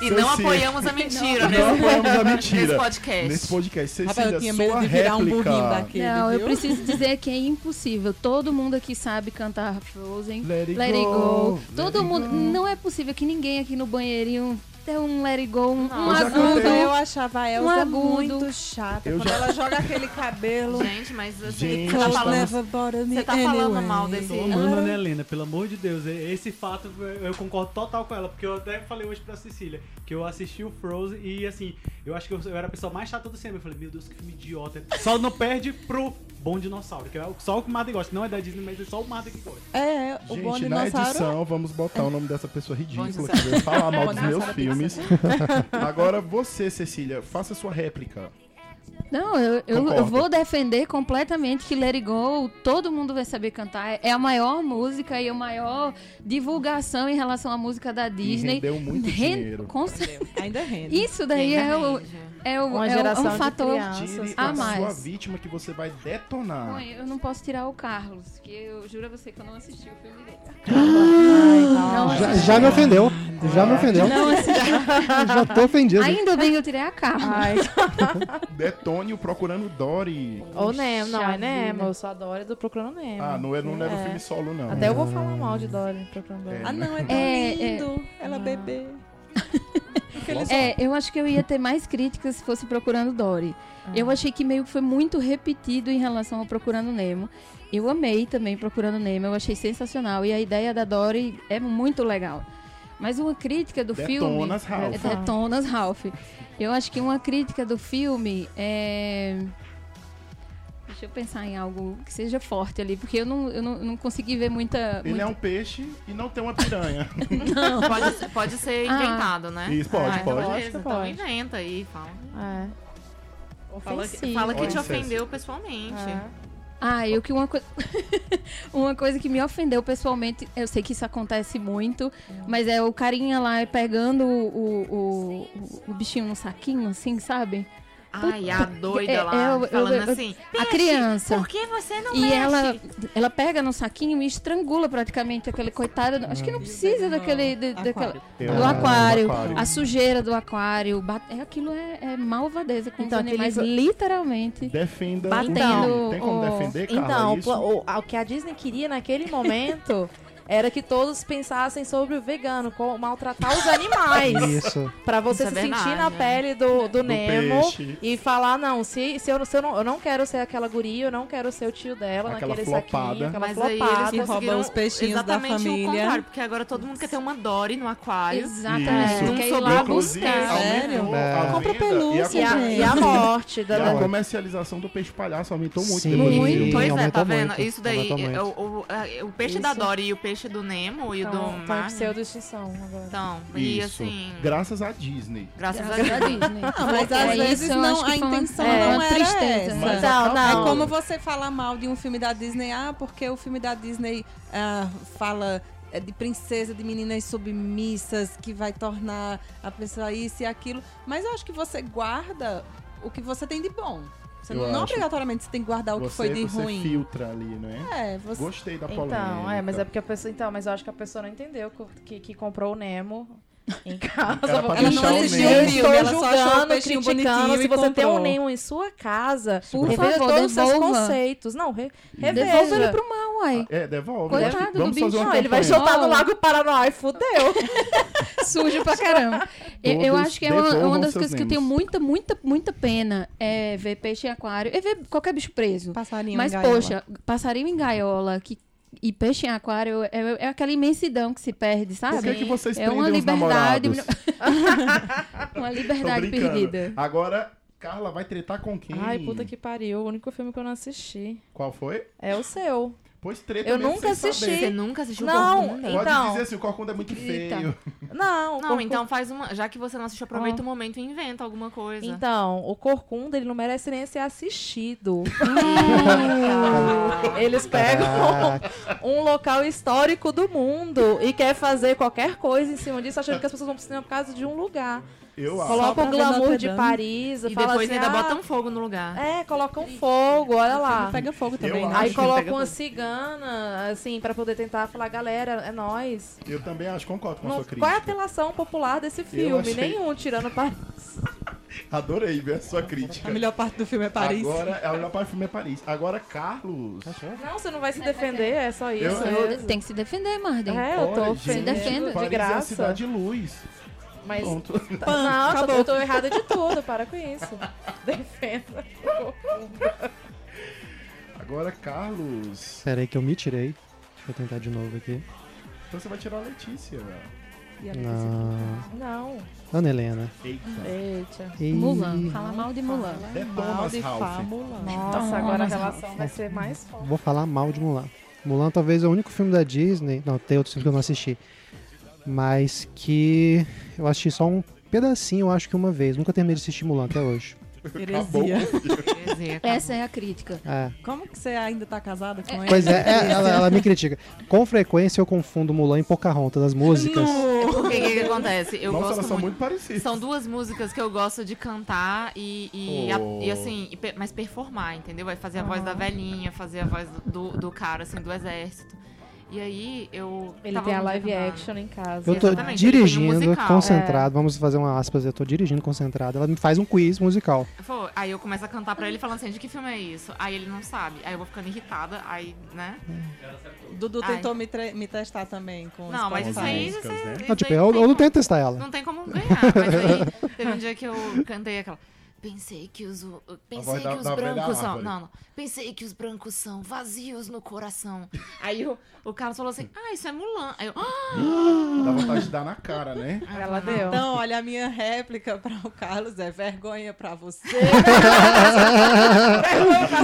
Speaker 5: E não
Speaker 2: Ceci.
Speaker 5: apoiamos a mentira
Speaker 2: Não
Speaker 5: nesse,
Speaker 2: apoiamos a
Speaker 5: nesse
Speaker 2: mentira.
Speaker 5: podcast.
Speaker 2: Nesse podcast,
Speaker 3: É. Rapaz,
Speaker 2: Cecília,
Speaker 3: eu tinha medo
Speaker 2: sua
Speaker 3: de virar um
Speaker 2: réplica.
Speaker 3: burrinho daquele,
Speaker 1: Não,
Speaker 3: viu?
Speaker 1: eu preciso dizer que é impossível. Todo mundo aqui sabe cantar Frozen.
Speaker 2: Let it
Speaker 1: Let it
Speaker 2: go,
Speaker 1: go.
Speaker 2: let
Speaker 1: Todo
Speaker 2: it
Speaker 1: mundo.
Speaker 2: go.
Speaker 1: Não é possível que ninguém aqui no banheirinho tenha um let it go, um, um
Speaker 5: Eu já
Speaker 1: agudo.
Speaker 3: Eu achava a Elsa
Speaker 1: agudo.
Speaker 3: muito chata.
Speaker 2: Eu
Speaker 3: Quando
Speaker 2: já-
Speaker 3: ela joga aquele cabelo...
Speaker 5: Gente, mas assim,
Speaker 2: Gente,
Speaker 5: você tá
Speaker 3: Cause
Speaker 5: falando,
Speaker 3: never bothered me
Speaker 5: você tá falando
Speaker 3: anyway.
Speaker 5: mal desse.
Speaker 8: Tô amando a Ana Helena, pelo amor de Deus. É- Esse fato eu eu concordo total com ela, porque eu até falei hoje pra Cecília que eu assisti o Frozen e assim, eu acho que eu, eu era a pessoa mais chata do cinema. Eu falei, meu Deus, que filme idiota. Só não perde pro Bom Dinossauro, que é o- só o que o Marta gosta. Não é da Disney, mas é só o Marta que gosta.
Speaker 3: É, o bom
Speaker 2: Gente, na
Speaker 3: dinossauro.
Speaker 2: edição, vamos botar o nome dessa pessoa ridícula que
Speaker 5: dinossauro.
Speaker 2: veio falar mal dos
Speaker 3: Bom
Speaker 2: meus
Speaker 3: dinossauro
Speaker 2: filmes. Agora você, Cecília, faça sua réplica.
Speaker 1: Não, eu, eu- eu
Speaker 2: Concordo.
Speaker 1: vou defender completamente que Let It Go, todo mundo vai saber cantar. É a maior música e a maior divulgação em relação à música da Disney.
Speaker 2: rendeu muito
Speaker 1: Ren-
Speaker 2: dinheiro.
Speaker 1: com cer-
Speaker 3: Ainda rende.
Speaker 1: Isso daí é, o, é, o,
Speaker 7: Uma
Speaker 1: é o-
Speaker 7: geração
Speaker 1: é um
Speaker 7: de
Speaker 1: fator.
Speaker 7: crianças.
Speaker 2: Tire
Speaker 1: Ah,
Speaker 2: a
Speaker 1: mas-
Speaker 2: sua vítima que você vai detonar.
Speaker 1: Mãe, eu não posso tirar o Carlos, que eu juro a você que eu não assisti o filme dele.
Speaker 3: é-
Speaker 7: Ai,
Speaker 6: Já, já me ofendeu. Já me ofendeu.
Speaker 1: Não assisti.
Speaker 6: Já tô ofendido.
Speaker 1: Ainda bem que eu tirei a Carlos.
Speaker 7: Ai,
Speaker 2: Detone o Procurando Dory.
Speaker 7: Ou Nemo, não, é
Speaker 1: vida.
Speaker 7: Nemo. Eu sou a Dory do Procurando Nemo.
Speaker 2: Ah, não, é- não leva
Speaker 7: É.
Speaker 2: filme solo, não.
Speaker 7: Até eu vou falar mal de Dory do Procurando Dory.
Speaker 2: É.
Speaker 3: Ah, não, é tão
Speaker 1: É,
Speaker 3: lindo. Ela bebê. Aqueles-
Speaker 1: É, eu acho que eu ia ter mais críticas se fosse Procurando Dory.
Speaker 2: Ah.
Speaker 1: Eu achei que meio que foi muito repetido em relação ao Procurando Nemo. Eu amei também Procurando Nemo, eu achei sensacional. E a ideia da Dory é muito legal. Mas uma crítica do filme...
Speaker 2: Detonas Ralph.
Speaker 1: É, Detonas Ralph. Eu acho que uma crítica do filme é... Deixa eu pensar em algo que seja forte ali, porque eu não, eu não, eu não consegui ver muita...
Speaker 2: Ele é um peixe e não tem uma piranha.
Speaker 5: Pode, pode ser
Speaker 1: Ah.
Speaker 5: inventado, né?
Speaker 2: Isso, pode,
Speaker 5: então
Speaker 2: pode.
Speaker 5: beleza,
Speaker 7: Lógico que
Speaker 5: então
Speaker 7: pode.
Speaker 5: inventa aí, fala.
Speaker 7: É.
Speaker 5: Fala que,
Speaker 7: Ofensivo.
Speaker 5: fala que
Speaker 2: Olha
Speaker 5: te
Speaker 2: isso,
Speaker 5: ofendeu pessoalmente.
Speaker 7: É.
Speaker 1: Ah, eu que uma coisa. uma coisa que me ofendeu pessoalmente, eu sei que isso acontece muito, mas é o carinha lá pegando o, o, o- o bichinho no saquinho, assim, sabe?
Speaker 5: Ai, a doida
Speaker 1: É,
Speaker 5: lá,
Speaker 1: é, eu- eu-
Speaker 5: falando
Speaker 1: eu-
Speaker 5: assim,
Speaker 1: A criança.
Speaker 5: por que você não
Speaker 1: E
Speaker 5: mexe?
Speaker 1: ela, ela pega no saquinho e estrangula praticamente aquele coitado. Acho que não precisa daquele. de-
Speaker 3: Aquário.
Speaker 1: daquela-
Speaker 2: Eu-
Speaker 1: do
Speaker 6: Ah,
Speaker 1: aquário, Assim,
Speaker 2: do aquário.
Speaker 1: a sujeira do aquário. bat- É, aquilo é, é malvadeza com
Speaker 7: Então,
Speaker 1: os animais,
Speaker 7: aquele-
Speaker 1: literalmente.
Speaker 2: Defenda o
Speaker 7: Batendo
Speaker 2: filme. Tem como
Speaker 1: o-
Speaker 2: defender, Carla,
Speaker 7: Então, o
Speaker 2: isso?
Speaker 7: pla- o, a- o que a Disney queria naquele momento era que todos pensassem sobre o vegano, como maltratar os animais.
Speaker 6: Isso.
Speaker 7: Pra você
Speaker 5: Isso é
Speaker 7: se sentir na
Speaker 5: verdade, é.
Speaker 7: pele do, do Nemo
Speaker 2: peixe.
Speaker 7: e falar, não, se, se, eu, se eu, não, eu não quero ser aquela guria, eu não quero ser o tio dela
Speaker 2: Aquela
Speaker 7: naquele
Speaker 2: flopada.
Speaker 7: saquinho, aquela
Speaker 5: Mas aí
Speaker 7: flopada.
Speaker 5: eles
Speaker 3: E rouba
Speaker 5: conseguiram
Speaker 3: os peixinhos da
Speaker 5: exatamente
Speaker 3: família.
Speaker 5: o contrário, porque agora todo mundo quer ter uma Dory no aquário.
Speaker 1: Exatamente.
Speaker 2: Isso.
Speaker 1: Não
Speaker 5: Não
Speaker 1: quer ir
Speaker 5: soube
Speaker 1: lá É,
Speaker 2: Inclusive,
Speaker 1: buscar.
Speaker 6: Sério?
Speaker 2: aumentou a
Speaker 3: Compra
Speaker 2: venda
Speaker 3: pelúcia,
Speaker 7: E
Speaker 2: e a,
Speaker 7: a,
Speaker 2: comer-
Speaker 3: gente.
Speaker 7: e a morte
Speaker 2: e
Speaker 7: da
Speaker 2: a
Speaker 6: Não.
Speaker 2: comercialização do peixe palhaço aumentou muito.
Speaker 6: Sim.
Speaker 2: depois do
Speaker 6: Muito.
Speaker 2: filme.
Speaker 5: Pois é, tá
Speaker 6: aumentou
Speaker 5: vendo?
Speaker 6: muito,
Speaker 5: Isso daí,
Speaker 6: aumentou
Speaker 5: é,
Speaker 6: muito.
Speaker 5: o, o- a- o peixe da
Speaker 7: Isso.
Speaker 5: Dory e o peixe do Nemo e o
Speaker 1: Ah,
Speaker 5: do
Speaker 7: Então, então,
Speaker 5: Mar.
Speaker 7: pseudo-extinção agora.
Speaker 5: Então, e
Speaker 2: Isso.
Speaker 5: assim,
Speaker 2: Graças à Disney.
Speaker 5: graças a
Speaker 1: Graças a
Speaker 5: Deus.
Speaker 1: Disney.
Speaker 3: Ah, mas às
Speaker 1: É
Speaker 3: vezes
Speaker 1: isso, eu
Speaker 3: não,
Speaker 1: acho que
Speaker 3: a
Speaker 1: foi uma-
Speaker 3: intenção
Speaker 1: é,
Speaker 3: não
Speaker 1: uma
Speaker 3: era
Speaker 1: tristeza.
Speaker 3: essa.
Speaker 2: Mas
Speaker 7: Então,
Speaker 2: acabou.
Speaker 6: Ah.
Speaker 3: É
Speaker 7: não.
Speaker 3: como você falar mal de um filme da Disney, ah, porque o filme da Disney ah, fala eh, de princesa, de meninas submissas, que vai tornar a pessoa isso e aquilo. Mas eu acho que você guarda o que você tem de bom. Você
Speaker 2: Eu
Speaker 3: não, não
Speaker 2: acho.
Speaker 3: obrigatoriamente você tem que guardar é o que
Speaker 2: você, é
Speaker 3: foi de
Speaker 2: você
Speaker 3: ruim.
Speaker 2: filtra ali, não é?
Speaker 3: É, você.
Speaker 2: Gostei da polêmica.
Speaker 7: Então, é, mas é porque a pessoa. Então, mas eu acho que a pessoa não entendeu co- que, que comprou o Nemo em casa.
Speaker 2: Era pra
Speaker 3: Ela
Speaker 2: deixar
Speaker 3: não
Speaker 2: o
Speaker 3: assistiu
Speaker 2: Nemo.
Speaker 3: o
Speaker 7: Eu
Speaker 3: filme,
Speaker 7: estou
Speaker 3: ela só achou o
Speaker 7: julgando,
Speaker 3: peixinho
Speaker 7: criticando.
Speaker 3: bonitinho
Speaker 7: Se
Speaker 3: e
Speaker 7: você tem um
Speaker 3: comprou.
Speaker 7: Nemo em sua casa,
Speaker 1: Por
Speaker 7: reveja
Speaker 1: favor,
Speaker 7: todos os seus
Speaker 1: devolva.
Speaker 7: conceitos. Não, re, reveja.
Speaker 1: Devolva ele pro mal, uai.
Speaker 2: É, devolve.
Speaker 1: Coitado
Speaker 2: Eu acho que
Speaker 1: do
Speaker 2: vamos fazer
Speaker 1: bicho.
Speaker 2: uma
Speaker 7: Não, ele vai
Speaker 2: campanha.
Speaker 7: soltar no
Speaker 1: Olha.
Speaker 7: Lago Paranoá e fudeu.
Speaker 1: Sujo pra caramba. Eu, eu
Speaker 2: Todos
Speaker 1: acho que é uma, é
Speaker 2: devolvam
Speaker 1: uma das
Speaker 2: seus
Speaker 1: coisas que eu tenho
Speaker 2: nemos.
Speaker 1: muita, muita, muita pena. É ver peixe em aquário. É ver qualquer bicho preso.
Speaker 3: Passarinho
Speaker 1: Mas,
Speaker 3: em gaiola.
Speaker 1: poxa, passarinho em gaiola que, e peixe em aquário é, é aquela imensidão que se perde, sabe?
Speaker 2: Por que, que vocês
Speaker 1: é uma
Speaker 2: prendem os
Speaker 1: liberdade.
Speaker 2: namorados?
Speaker 1: uma
Speaker 2: Tô
Speaker 1: liberdade
Speaker 2: brincando.
Speaker 1: perdida.
Speaker 2: Agora, Carla vai tretar com quem?
Speaker 7: Ai, puta que pariu. O único filme que eu não assisti
Speaker 2: Qual foi?
Speaker 7: é o seu.
Speaker 2: Pois treta
Speaker 7: Eu
Speaker 2: mesmo
Speaker 7: nunca
Speaker 2: sem
Speaker 7: assisti.
Speaker 2: saber.
Speaker 5: Você nunca assistiu
Speaker 7: Não,
Speaker 5: Corcunda?
Speaker 7: e-
Speaker 2: Pode
Speaker 7: Então.
Speaker 2: dizer assim, o Corcunda é muito
Speaker 1: Eita.
Speaker 2: feio.
Speaker 7: Não,
Speaker 5: Não,
Speaker 7: Corcunda-
Speaker 5: então faz uma. Já que você não assistiu, aproveita o momento e inventa alguma coisa.
Speaker 7: Então, o Corcunda, ele não merece nem ser assistido. Eles pegam
Speaker 2: Ah.
Speaker 7: um local histórico do mundo e quer fazer qualquer coisa em cima disso, achando que as pessoas vão pro cinema por causa de um lugar.
Speaker 2: Eu acho.
Speaker 3: Só
Speaker 7: Coloca
Speaker 3: pra
Speaker 7: o
Speaker 3: ver
Speaker 7: glamour
Speaker 3: Notre
Speaker 7: de
Speaker 3: Dame.
Speaker 7: Paris,
Speaker 5: E
Speaker 7: fala
Speaker 5: depois
Speaker 7: assim,
Speaker 5: ainda um
Speaker 7: ah,
Speaker 5: botam fogo no lugar.
Speaker 7: É, colocam fogo, olha lá.
Speaker 3: Pega fogo também.
Speaker 2: Eu
Speaker 3: né?
Speaker 2: acho
Speaker 7: Aí
Speaker 2: que
Speaker 7: coloca uma cigana, assim, pra poder tentar falar, galera, é nós.
Speaker 2: Eu também acho, concordo com a
Speaker 7: Não,
Speaker 2: sua
Speaker 7: qual é a
Speaker 2: crítica.
Speaker 7: apelação popular desse filme?
Speaker 2: achei-
Speaker 7: Nenhum, tirando Paris.
Speaker 2: Adorei ver a sua crítica.
Speaker 3: A melhor parte do filme é Paris.
Speaker 2: Agora, a melhor parte do filme é Paris. Agora, Carlos.
Speaker 7: Não, você não vai se defender, é só isso.
Speaker 2: Eu-
Speaker 7: mesmo.
Speaker 1: Tem que se defender, Marden.
Speaker 7: É, eu tô
Speaker 2: Olha,
Speaker 1: Se
Speaker 2: gente,
Speaker 7: ofendendo
Speaker 1: defenda.
Speaker 7: de
Speaker 2: Paris é a
Speaker 7: graça.
Speaker 2: cidade de luz.
Speaker 7: Mas
Speaker 2: Pronto.
Speaker 7: tá- não, eu tô- eu tô errada de tudo, para com isso. Defenda.
Speaker 2: Agora, Carlos.
Speaker 6: Pera aí que eu me tirei. Deixa eu tentar de novo aqui.
Speaker 2: Então você vai tirar a Letícia, velho.
Speaker 6: Não.
Speaker 7: Não.
Speaker 6: Ana Helena.
Speaker 2: Eita.
Speaker 7: Eita.
Speaker 6: Ei.
Speaker 1: Mulan. Fala mal de Mulan.
Speaker 2: É
Speaker 3: Mal
Speaker 2: Thomas
Speaker 3: de
Speaker 2: Ralph.
Speaker 3: Fámula.
Speaker 7: Nossa,
Speaker 1: Nossa,
Speaker 7: agora a
Speaker 1: mas-
Speaker 7: relação vai ser mais forte.
Speaker 6: Vou falar mal de Mulan. Mulan talvez é o único filme da Disney. Não, tem outros filmes que eu não assisti. Mas que eu assisti só um pedacinho, eu acho que uma vez. Nunca terminei de assistir Mulan até hoje.
Speaker 3: Heresia.
Speaker 5: Quer dizer,
Speaker 1: Essa é a crítica.
Speaker 6: É.
Speaker 3: Como que você ainda tá casada com ele?
Speaker 6: Pois é, é, ela, ela me critica. Com frequência eu confundo Mulan e Pocahontas, as músicas.
Speaker 5: Porque o que, que acontece? Eu
Speaker 2: Nossa, elas
Speaker 5: gosto
Speaker 2: são
Speaker 5: muito.
Speaker 2: muito parecidas.
Speaker 5: São duas músicas que eu gosto de cantar e, e,
Speaker 2: Oh.
Speaker 5: e assim, e pe- mas performar, entendeu? Vai fazer a voz
Speaker 7: Ah.
Speaker 5: da velhinha, fazer a voz do, do cara, assim, do exército. E aí eu.
Speaker 7: Ele
Speaker 5: tava
Speaker 7: tem a
Speaker 5: muito
Speaker 7: live
Speaker 5: animada.
Speaker 7: action em casa.
Speaker 6: Eu tô
Speaker 5: Exatamente, ele tem um
Speaker 6: dirigindo,
Speaker 5: musical. É.
Speaker 6: concentrado. Vamos fazer uma aspas, eu tô dirigindo, concentrado. Ela me faz um quiz musical.
Speaker 5: Pô, aí eu começo a cantar pra ele falando assim, de que filme é isso? Aí ele não sabe. Aí eu vou ficando irritada, aí, né?
Speaker 3: Dudu
Speaker 5: Ai.
Speaker 3: tentou me, tre- me testar também com
Speaker 5: Não,
Speaker 7: é
Speaker 5: mas isso aí.
Speaker 2: músicas,
Speaker 5: Isso
Speaker 2: né?
Speaker 5: aí
Speaker 6: Não, tipo, eu, eu não tento testar ela.
Speaker 5: Não tem como ganhar, mas aí teve um dia que eu cantei aquela. Pensei que os, pensei
Speaker 2: voz da-
Speaker 5: que os
Speaker 2: da velha
Speaker 5: brancos são.
Speaker 2: árvore.
Speaker 5: Não, não. Pensei que os brancos são vazios no coração. Aí o, o Carlos falou assim: Ah, isso é Mulan. Aí eu. "Ah!"
Speaker 2: Dá vontade de dar na cara, né?
Speaker 7: Ela deu.
Speaker 3: Então, olha, a minha réplica para o Carlos é vergonha pra você.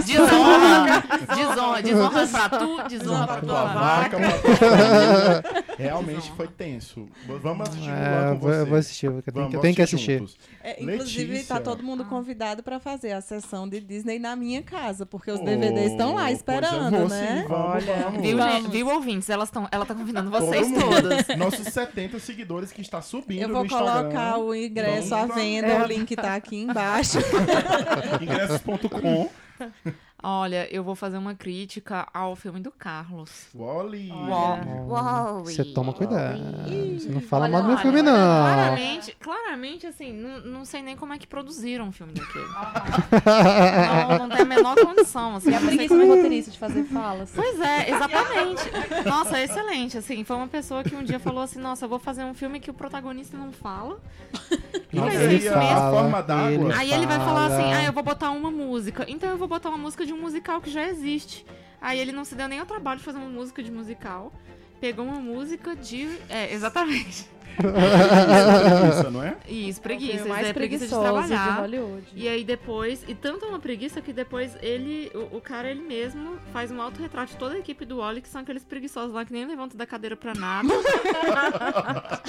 Speaker 5: Desonra! desonra! Desonra pra tu, desonra pra tua vaca.
Speaker 2: pra tua família. Realmente foi tenso. Vamos assistir
Speaker 6: É,
Speaker 2: Mulan
Speaker 6: eu
Speaker 2: com
Speaker 6: vou,
Speaker 2: você.
Speaker 6: eu vou assistir, eu tenho,
Speaker 2: Vamos,
Speaker 6: que- eu
Speaker 2: vamos
Speaker 6: tenho que assistir.
Speaker 2: juntos.
Speaker 3: É, inclusive,
Speaker 2: Letícia.
Speaker 3: tá todo mundo convidado para fazer a sessão de Disney na minha casa, porque os
Speaker 2: Oh,
Speaker 3: DVDs estão lá
Speaker 2: pois eu
Speaker 3: esperando,
Speaker 2: vou
Speaker 3: né?
Speaker 2: sim, vamos, vamos.
Speaker 5: Viu,
Speaker 3: Vamos.
Speaker 5: gente? Viu, ouvintes? Elas tão, ela tá convidando vocês
Speaker 2: Todo mundo.
Speaker 5: todos.
Speaker 2: Nossos 70 seguidores que está subindo
Speaker 3: Eu vou
Speaker 2: no Instagram.
Speaker 3: colocar o ingresso à
Speaker 2: Vamos lá.
Speaker 3: venda,
Speaker 7: É.
Speaker 3: o link tá aqui embaixo.
Speaker 2: Ingressos.com.
Speaker 5: Olha, eu vou fazer uma crítica ao filme do Carlos.
Speaker 2: Wally.
Speaker 6: Uau, Você toma cuidado. Você não fala
Speaker 5: Olha,
Speaker 6: mal do meu
Speaker 5: olha,
Speaker 6: filme, não.
Speaker 5: Claramente, claramente, assim, não, não sei nem como é que produziram um filme daquele. não, não tem a menor condição, assim.
Speaker 7: Ah, E a
Speaker 5: não sei
Speaker 7: preguiça
Speaker 5: como-
Speaker 7: do roteirista de fazer falas.
Speaker 5: Pois é, exatamente. Nossa, é excelente, assim. Foi uma pessoa que um dia falou assim, nossa, eu vou fazer um filme que o protagonista não fala.
Speaker 6: Nossa,
Speaker 5: Mas é
Speaker 6: ele
Speaker 5: isso
Speaker 6: fala,
Speaker 2: mesmo. Forma d'água.
Speaker 6: ele
Speaker 5: Aí ele vai falar assim,
Speaker 6: fala.
Speaker 5: ah, eu vou botar uma música. Então eu vou botar uma música de um musical que já existe. Aí ele não se deu nem ao trabalho de fazer uma música de musical. Pegou uma música de... É, exatamente.
Speaker 2: Isso, não é?
Speaker 5: Isso,
Speaker 7: Foi
Speaker 5: preguiça.
Speaker 7: o mais
Speaker 5: é preguiça de
Speaker 7: preguiçoso
Speaker 5: trabalhar.
Speaker 7: de Hollywood.
Speaker 5: E aí depois, e tanto é uma preguiça que depois ele, o, o cara ele mesmo faz um autorretrato de toda a equipe do Oli, que são aqueles preguiçosos lá que nem levantam da cadeira pra nada.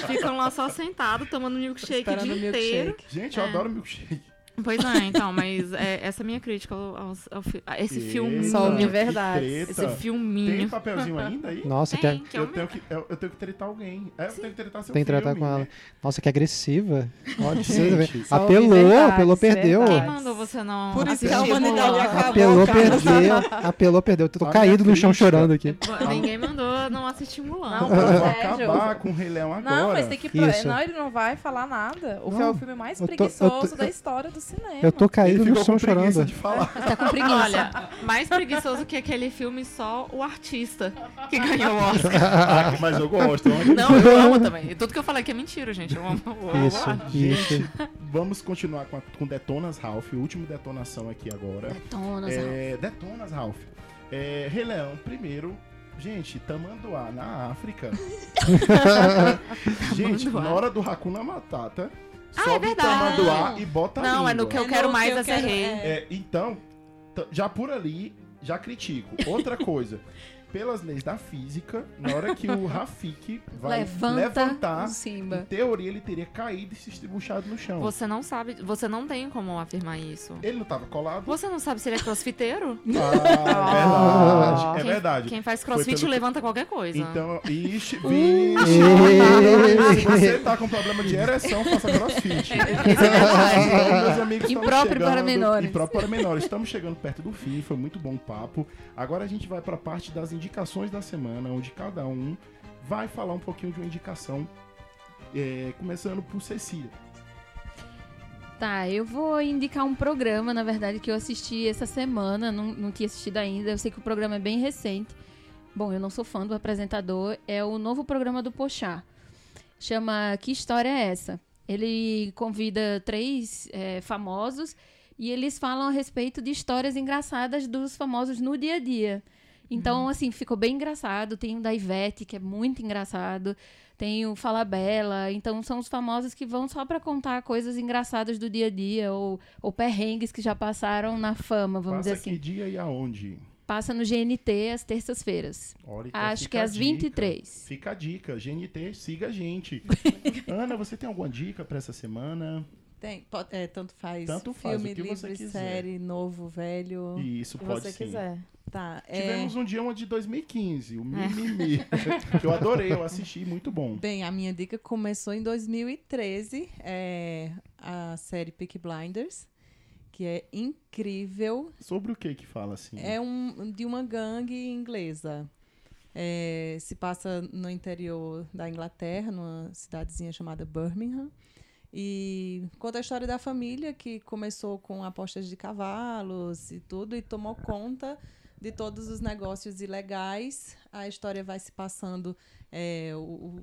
Speaker 5: Ficam lá só sentados, tomando milkshake o
Speaker 3: Esperando
Speaker 5: dia
Speaker 3: o
Speaker 5: inteiro.
Speaker 3: milkshake.
Speaker 2: Gente, eu adoro milkshake.
Speaker 5: Pois é, então, mas é, essa é a minha crítica ao, ao- ao fi- a esse
Speaker 2: Eita,
Speaker 5: filme.
Speaker 7: Só
Speaker 2: que
Speaker 7: minha verdade.
Speaker 2: treta.
Speaker 5: Esse
Speaker 2: Tem
Speaker 5: filminho.
Speaker 2: papelzinho ainda aí?
Speaker 6: Nossa, que,
Speaker 5: Tem, que é o
Speaker 2: Eu tenho
Speaker 5: melhor.
Speaker 2: que, eu, eu tenho que tretar alguém. É, eu tenho que tretar seu
Speaker 6: tem que tratar
Speaker 2: filme,
Speaker 6: com ela.
Speaker 2: né?
Speaker 6: Nossa, que agressiva.
Speaker 2: Pode
Speaker 6: Você
Speaker 2: ser. gente. é
Speaker 7: Só ouvi
Speaker 6: Apelou,
Speaker 7: verdades,
Speaker 6: apelou, perdeu.
Speaker 5: Quem
Speaker 7: verdades.
Speaker 5: mandou você não
Speaker 3: Por isso que a
Speaker 5: assistir
Speaker 3: humanidade
Speaker 5: Mulan?
Speaker 3: acabou.
Speaker 6: Apelou,
Speaker 3: cara.
Speaker 6: perdeu. Apelou, perdeu. Eu tô
Speaker 2: Olha
Speaker 6: caído
Speaker 2: a
Speaker 6: no chão
Speaker 2: crítica.
Speaker 6: chorando aqui.
Speaker 5: Ninguém mandou não assistir Mulan.
Speaker 7: Não,
Speaker 2: Eu vou
Speaker 7: Sérgio.
Speaker 2: acabar com o Rei Leão agora.
Speaker 7: Não, mas tem que. pro-
Speaker 6: Isso.
Speaker 7: Não, ele não vai falar nada.
Speaker 6: Não,
Speaker 7: O filme é o filme mais
Speaker 6: eu tô- eu tô-
Speaker 7: preguiçoso da
Speaker 6: eu-
Speaker 7: história do cinema.
Speaker 6: Eu tô
Speaker 2: Ele
Speaker 6: caído no
Speaker 2: ficou
Speaker 6: chão
Speaker 2: com preguiça
Speaker 6: chorando.
Speaker 2: de falar.
Speaker 1: Tá com preguiça.
Speaker 5: Olha, mais preguiçoso que aquele filme só o artista que ganhou o Oscar.
Speaker 2: Ah, mas eu gosto. é uma delícia.
Speaker 5: Não, eu amo também. Tudo que eu falei aqui é mentira, gente. Eu amo. Eu amo
Speaker 6: Isso,
Speaker 5: arte.
Speaker 6: isso.
Speaker 2: Vamos continuar com, a- com Detonas Ralph, o último detonação aqui agora.
Speaker 1: Detonas, Ralph.
Speaker 2: É, Detonas Ralph. É, Rei Leão, primeiro. Gente, tamanduá na África. gente,
Speaker 5: Tamanduá.
Speaker 2: na hora do Hakuna Matata,
Speaker 5: Ah, é
Speaker 2: sobe
Speaker 5: verdade.
Speaker 2: tamanduá e bota a
Speaker 5: Não, é no
Speaker 2: língua.
Speaker 5: que eu quero
Speaker 3: no
Speaker 5: mais
Speaker 3: eu
Speaker 5: é ser
Speaker 3: quero-
Speaker 5: rei.
Speaker 3: é.
Speaker 2: É, então, t- já por ali, já critico. Outra coisa, pelas leis da física, na hora que o Rafik vai
Speaker 1: Levanta
Speaker 2: levantar,
Speaker 1: o Simba.
Speaker 2: em teoria ele teria caído e se estribuchado no chão.
Speaker 5: Você não sabe, você não tem como afirmar isso.
Speaker 2: Ele não tava colado?
Speaker 5: Você não sabe se ele é crossfiteiro?
Speaker 2: Ah,
Speaker 5: Quem-
Speaker 2: verdade, é verdade.
Speaker 5: Quem faz crossfit
Speaker 2: pelo-
Speaker 5: levanta qualquer coisa.
Speaker 1: é.
Speaker 2: Então, ixi, vixe, se você tá com problema de ereção, faça crossfit.
Speaker 5: Isso é verdade.
Speaker 2: Então, meus amigos, estamos
Speaker 1: Impróprio para
Speaker 2: chegando-
Speaker 1: menores.
Speaker 2: Impróprio para menores. Estamos chegando perto do fim, foi muito bom o papo. Agora a gente vai para a parte das indicações da semana, onde cada um vai falar um pouquinho de uma indicação. É, começando por Cecília.
Speaker 1: Tá, eu vou indicar um programa, na verdade, que eu assisti essa semana, não, não tinha assistido ainda. Eu sei que o programa é bem recente. Bom, eu não sou fã do apresentador, é o novo programa do Pochá. Chama Que História é Essa? Ele convida três eh, famosos e eles falam a respeito de histórias engraçadas dos famosos no dia a dia. Então, assim, ficou bem engraçado. Tem o da Ivete, que é muito engraçado. Tem o Fala Bela. Então, são os famosos que vão só pra contar coisas engraçadas do dia a dia ou, ou perrengues que já passaram na fama, vamos
Speaker 2: Passa
Speaker 1: dizer assim.
Speaker 2: que dia e aonde?
Speaker 1: Passa no GNT às terças-feiras.
Speaker 2: Olha, então
Speaker 1: Acho
Speaker 2: fica
Speaker 1: que é
Speaker 2: a
Speaker 1: às
Speaker 2: dica.
Speaker 1: 23.
Speaker 2: Fica a dica, GNT, siga a gente. Ana, você tem alguma dica para essa semana?
Speaker 3: Tem, po- é, tanto faz.
Speaker 2: Tanto faz,
Speaker 3: Filme,
Speaker 2: o que
Speaker 3: livre,
Speaker 2: você quiser.
Speaker 3: série, novo, velho.
Speaker 2: E isso
Speaker 7: Se
Speaker 2: pode
Speaker 7: você
Speaker 2: sim.
Speaker 7: quiser.
Speaker 3: Tá. é,
Speaker 2: Tivemos um dia uma de 2015, o Mimimi. que eu adorei, eu assisti, muito bom.
Speaker 3: Bem, a minha dica começou em 2013, é, a série Peak Blinders, que é incrível.
Speaker 2: Sobre o que que fala assim?
Speaker 3: É um, de uma gangue inglesa. É, se passa no interior da Inglaterra, numa cidadezinha chamada Birmingham. E conta a história da família que começou com apostas de cavalos e tudo e tomou conta de todos os negócios ilegais. A história vai se passando é, o, o-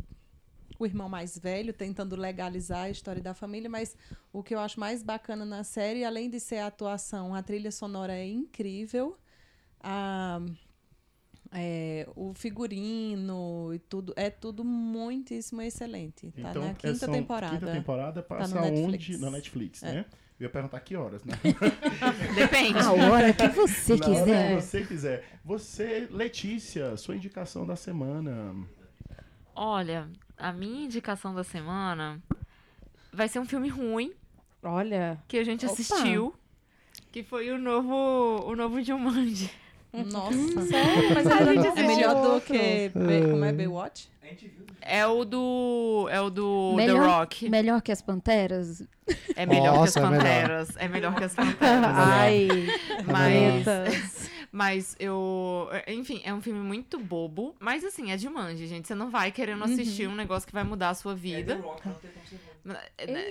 Speaker 3: o irmão mais velho tentando legalizar a história da família, mas o que eu acho mais bacana na série, além de ser a atuação, a trilha sonora é incrível. A- é, o figurino e tudo é tudo muitíssimo excelente. Tá na
Speaker 2: é,
Speaker 3: quinta
Speaker 2: são-
Speaker 3: temporada. Tá
Speaker 2: Quinta temporada passa
Speaker 3: no Netflix. É.
Speaker 2: onde? Na Netflix, né? Eu ia perguntar que horas, né?
Speaker 5: Depende.
Speaker 1: A hora que você
Speaker 2: Na hora
Speaker 1: quiser.
Speaker 2: que você quiser. Você, Letícia, sua indicação da semana.
Speaker 5: Olha, a minha indicação da semana vai ser um filme ruim
Speaker 7: Olha.
Speaker 5: que a gente assistiu, que foi o novo o novo Jumanji.
Speaker 3: Nossa,
Speaker 7: Sério, mas
Speaker 5: A
Speaker 7: é
Speaker 5: gente
Speaker 7: melhor-
Speaker 3: é
Speaker 5: assistiu
Speaker 3: melhor do
Speaker 7: outro.
Speaker 3: que Be- como é Baywatch?
Speaker 5: É o do é o do The
Speaker 1: Melhor-
Speaker 5: Rock.
Speaker 1: Melhor que as Panteras?
Speaker 5: É melhor
Speaker 6: Nossa,
Speaker 5: que
Speaker 6: é
Speaker 5: as
Speaker 6: melhor.
Speaker 5: panteras, é melhor que as panteras.
Speaker 7: Ai,
Speaker 5: Mas
Speaker 6: é.
Speaker 7: tretas.
Speaker 5: Mas eu. Enfim, é um filme muito bobo. Mas assim, é de manje, gente. Você não vai querendo
Speaker 7: Uhum.
Speaker 5: assistir um negócio que vai mudar a sua vida. É,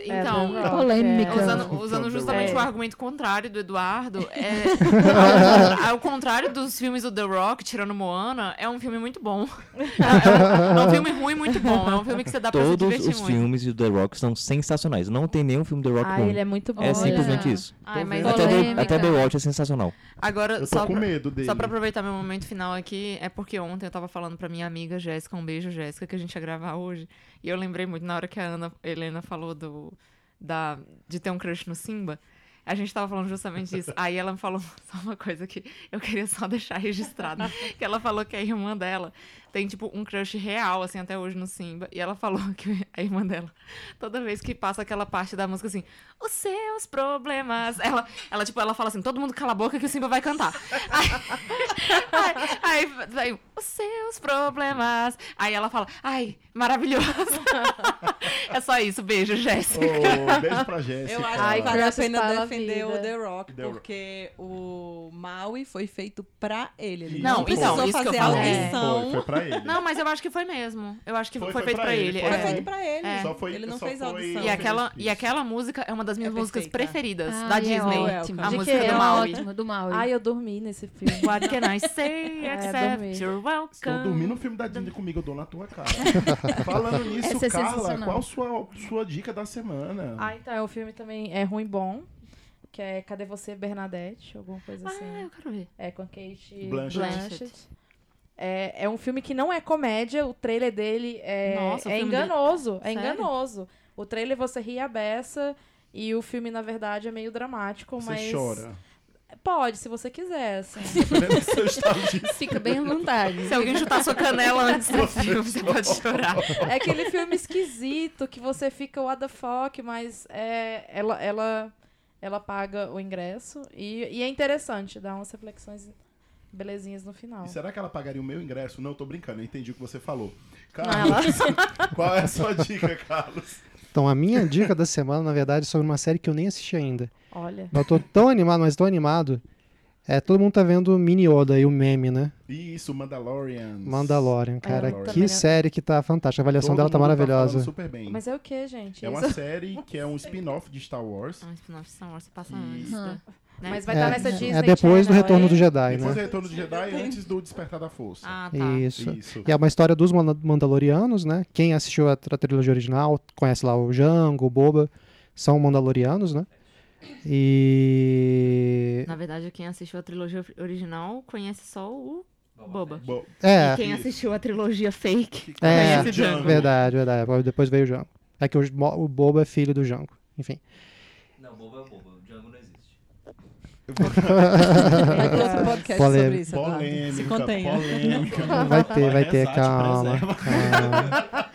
Speaker 5: Então.
Speaker 7: É, The Rock,
Speaker 1: polêmica.
Speaker 7: é.
Speaker 5: Usando, usando justamente
Speaker 7: É.
Speaker 5: o argumento contrário do Eduardo, é, ao, ao contrário dos filmes do The Rock, tirando Moana, é um filme muito bom. É um, é um filme ruim muito bom. É um filme que você dá pra se
Speaker 4: Todos
Speaker 5: divertir
Speaker 4: os
Speaker 5: muito.
Speaker 4: filmes do The Rock são sensacionais. Não tem nenhum filme do The Rock
Speaker 7: Ai,
Speaker 4: ruim.
Speaker 7: ele é muito bom.
Speaker 4: É simplesmente
Speaker 1: Olha.
Speaker 4: isso.
Speaker 5: Ai, mas
Speaker 4: Até The,
Speaker 1: né? Polêmica.
Speaker 4: até Baywatch é sensacional.
Speaker 5: agora,
Speaker 2: Eu tô
Speaker 5: só
Speaker 2: com
Speaker 5: pra,
Speaker 2: medo dele.
Speaker 5: Só pra aproveitar meu momento final aqui, é porque ontem eu tava falando pra minha amiga Jéssica, um beijo Jéssica, que a gente ia gravar hoje. E eu lembrei muito, na hora que a Ana Helena falou do, da, de ter um crush no Simba, a gente tava falando justamente isso. Aí ela me falou só uma coisa que eu queria só deixar registrado. Que ela falou que a é irmã dela tem, tipo, um crush real, assim, até hoje no Simba. E ela falou que a irmã dela, toda vez que passa aquela parte da música assim, os seus problemas. Ela, ela tipo, ela fala assim, todo mundo cala a boca que o Simba vai cantar. Aí, aí, aí, aí, os seus problemas. Aí ela fala, ai, maravilhoso. é só isso, beijo, Jéssica.
Speaker 2: Ô, Oh, beijo pra Jéssica.
Speaker 3: Eu acho
Speaker 7: Ai,
Speaker 3: que vale a
Speaker 7: Crianças
Speaker 3: pena
Speaker 7: para a
Speaker 3: defender
Speaker 7: vida.
Speaker 3: o The Rock,
Speaker 2: The Rock.
Speaker 3: porque o Maui foi feito pra ele. Ele
Speaker 5: Não, então,
Speaker 3: precisou
Speaker 5: isso que eu
Speaker 3: fazer
Speaker 5: falo. é.
Speaker 3: audição.
Speaker 2: Foi, foi pra ele.
Speaker 5: Não, mas eu acho que foi mesmo. Eu acho que
Speaker 2: Foi- foi
Speaker 5: foi, feito
Speaker 2: pra
Speaker 5: pra,
Speaker 2: ele,
Speaker 5: ele.
Speaker 2: foi.
Speaker 3: Foi
Speaker 5: é.
Speaker 3: feito pra ele.
Speaker 5: É.
Speaker 2: Só foi-
Speaker 3: ele não
Speaker 2: só
Speaker 3: fez
Speaker 2: foi-
Speaker 3: audição.
Speaker 5: E aquela,
Speaker 2: Feliz
Speaker 5: e aquela música é uma das minhas
Speaker 3: É
Speaker 5: músicas
Speaker 3: perfeita.
Speaker 5: preferidas da
Speaker 1: Ai,
Speaker 5: Disney.
Speaker 1: É ótimo.
Speaker 5: a
Speaker 7: De
Speaker 5: música
Speaker 7: quem?
Speaker 5: do
Speaker 7: É
Speaker 5: Maui.
Speaker 1: Ótimo, do Maui.
Speaker 7: Ai, eu dormi nesse filme.
Speaker 5: What can I say
Speaker 7: É,
Speaker 5: except
Speaker 7: dormi.
Speaker 5: you're
Speaker 2: Estão
Speaker 5: welcome?
Speaker 2: dormindo no filme da Disney comigo, eu dou na tua cara. Falando nisso,
Speaker 1: Essa é
Speaker 2: Carla,
Speaker 1: sensacional.
Speaker 2: qual sua, sua dica da semana?
Speaker 7: Ah, então, é um filme também é ruim bom, que é Cadê Você, Bernadette? Alguma coisa assim.
Speaker 5: Ah, eu quero ver.
Speaker 7: É com a Kate
Speaker 2: Blanchett.
Speaker 7: Blanchett. É, é um filme que não é comédia, o trailer dele é,
Speaker 5: Nossa, o
Speaker 7: é
Speaker 5: filme
Speaker 7: enganoso. É
Speaker 5: Sério?
Speaker 7: enganoso. O trailer você ri a beça e o filme, na verdade, é meio dramático,
Speaker 2: Você
Speaker 7: mas.
Speaker 2: chora.
Speaker 7: Pode, se você quiser, assim.
Speaker 2: Dependendo do seu estado de
Speaker 1: Fica bem à vontade.
Speaker 5: Se alguém chutar sua canela antes do filme, você pode chorar.
Speaker 7: É aquele filme esquisito que você fica what the fuck, mas é, ela, ela, ela paga o ingresso. E, e é interessante, dá umas reflexões belezinhas no final.
Speaker 2: E será que ela pagaria o meu ingresso? Não, eu tô brincando, eu entendi o que você falou.
Speaker 7: Não,
Speaker 2: Carlos, qual é a sua dica, Carlos?
Speaker 6: Então, a minha dica da semana, na verdade, é sobre uma série que eu nem assisti ainda.
Speaker 7: Olha.
Speaker 6: Eu tô tão animado, mas tão animado. É, todo mundo tá vendo Mini Oda e o meme, né?
Speaker 2: Isso, Mandalorian.
Speaker 6: Mandalorian,
Speaker 7: É,
Speaker 6: cara.
Speaker 2: Mandalorian.
Speaker 6: Que série que tá fantástica. A avaliação
Speaker 2: Todo
Speaker 6: dela tá
Speaker 2: mundo falando
Speaker 6: maravilhosa.
Speaker 2: super bem.
Speaker 7: Mas é o que, gente?
Speaker 2: É
Speaker 7: Isso-
Speaker 2: uma série que é um spin-off de Star Wars.
Speaker 5: Ah, spin-off de Star Wars, você passa
Speaker 2: Isso.
Speaker 5: antes, né? né?
Speaker 7: Mas
Speaker 6: É,
Speaker 7: vai estar nessa Disney.
Speaker 6: é depois do
Speaker 7: Channel,
Speaker 6: Retorno
Speaker 7: é?
Speaker 6: do Jedi,
Speaker 2: Depois
Speaker 6: né?
Speaker 2: do Retorno do Jedi, antes do Despertar da Força.
Speaker 5: Ah, tá.
Speaker 6: Isso.
Speaker 2: Isso.
Speaker 6: E é uma história dos Manda- Mandalorianos, né? Quem assistiu a, tr- a trilogia original conhece lá o Jango, o Boba, são Mandalorianos, né? E.
Speaker 5: Na verdade, quem assistiu a trilogia original conhece só o Boba.
Speaker 2: Bom,
Speaker 6: É,
Speaker 5: E quem
Speaker 2: Isso.
Speaker 5: assistiu a trilogia fake
Speaker 6: É.
Speaker 5: conhece o Django.
Speaker 6: verdade, verdade. Depois veio o Jango. É que o, Mo- o Boba é filho do Jango. Enfim.
Speaker 4: Não, boba é boba. O Django não existe.
Speaker 3: Vai ter outro podcast
Speaker 6: Polêmica.
Speaker 3: sobre isso, tá? Eduardo. Se
Speaker 2: polêmica,
Speaker 3: contenha.
Speaker 2: polêmica.
Speaker 6: Vai ter,
Speaker 2: É
Speaker 6: vai ter,
Speaker 8: Resgate,
Speaker 6: calma. calma.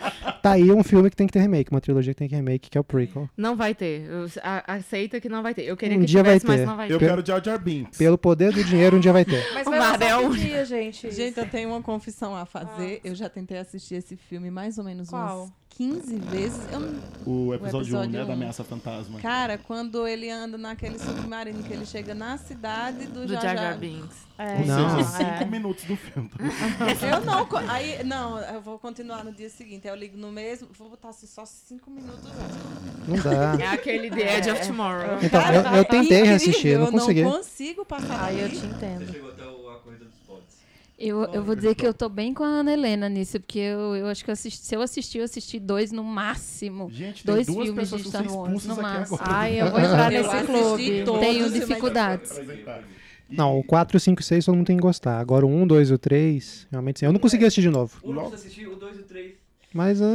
Speaker 6: Tá aí um filme que tem que ter remake, uma trilogia que tem que ter remake, que é o prequel.
Speaker 5: Não vai ter. Eu- a- aceita que não vai ter. Eu queria
Speaker 6: Um
Speaker 5: que
Speaker 6: dia vai
Speaker 5: tivesse, mas
Speaker 6: ter.
Speaker 5: não vai
Speaker 2: Eu
Speaker 5: ter.
Speaker 2: quero Jar Jar Binks.
Speaker 6: Pelo poder do dinheiro, um dia vai ter.
Speaker 7: Mas
Speaker 5: O
Speaker 7: vai
Speaker 2: é
Speaker 7: lançar
Speaker 5: Mardel.
Speaker 7: que dia, gente?
Speaker 3: Gente, eu tenho uma confissão a fazer. Eu já tentei assistir esse filme mais ou menos
Speaker 7: Qual?
Speaker 3: umas 15 vezes. Eu não-
Speaker 2: O episódio 1,
Speaker 3: episódio
Speaker 2: né?
Speaker 3: um.
Speaker 2: Da Ameaça Fantasma.
Speaker 3: Cara, quando ele anda naquele submarino, que ele chega na cidade do,
Speaker 5: Do
Speaker 3: Jar
Speaker 5: Jar
Speaker 3: Jar
Speaker 5: Jar Binks.
Speaker 7: É,
Speaker 2: Ou
Speaker 6: Não.
Speaker 2: seja,
Speaker 7: então,
Speaker 2: cinco
Speaker 7: é.
Speaker 2: minutos do filme. tá?
Speaker 3: Eu não. co- Aí, não, eu vou continuar no dia seguinte. Aí Eu ligo no mesmo, vou botar assim, só cinco minutos. antes.
Speaker 6: Não dá.
Speaker 5: É aquele The Edge of Tomorrow.
Speaker 6: Então, eu, eu tentei
Speaker 3: Incrível,
Speaker 6: assistir, não consegui.
Speaker 3: Eu não consigo passar
Speaker 7: Aí eu
Speaker 3: dali.
Speaker 7: te entendo.
Speaker 4: Chegou até o- a corrida dos pods.
Speaker 1: Eu, eu vou dizer que eu tô bem com a Ana Helena nisso, porque eu, eu acho que eu assisti, se eu assisti, eu assisti dois no máximo.
Speaker 2: Gente, tem
Speaker 1: Dois
Speaker 2: duas
Speaker 1: filmes
Speaker 2: pessoas
Speaker 1: de
Speaker 2: que
Speaker 1: Star
Speaker 2: são
Speaker 1: Wars,
Speaker 2: expulsas
Speaker 1: no
Speaker 2: aqui
Speaker 1: máximo.
Speaker 2: agora.
Speaker 7: Ai, eu vou entrar
Speaker 3: Eu
Speaker 7: nesse
Speaker 3: assisti
Speaker 7: clube.
Speaker 3: todos,
Speaker 1: Tenho
Speaker 3: mas-
Speaker 1: dificuldades.
Speaker 2: E-
Speaker 6: Não, o 4, 5 e 6 todo mundo tem que gostar. Agora o 1, 2 e o 3, realmente sim. Eu não consegui assistir de novo.
Speaker 4: O
Speaker 2: Logo-
Speaker 4: não precisa assistir o 2 e o 3.
Speaker 6: Mas. ah,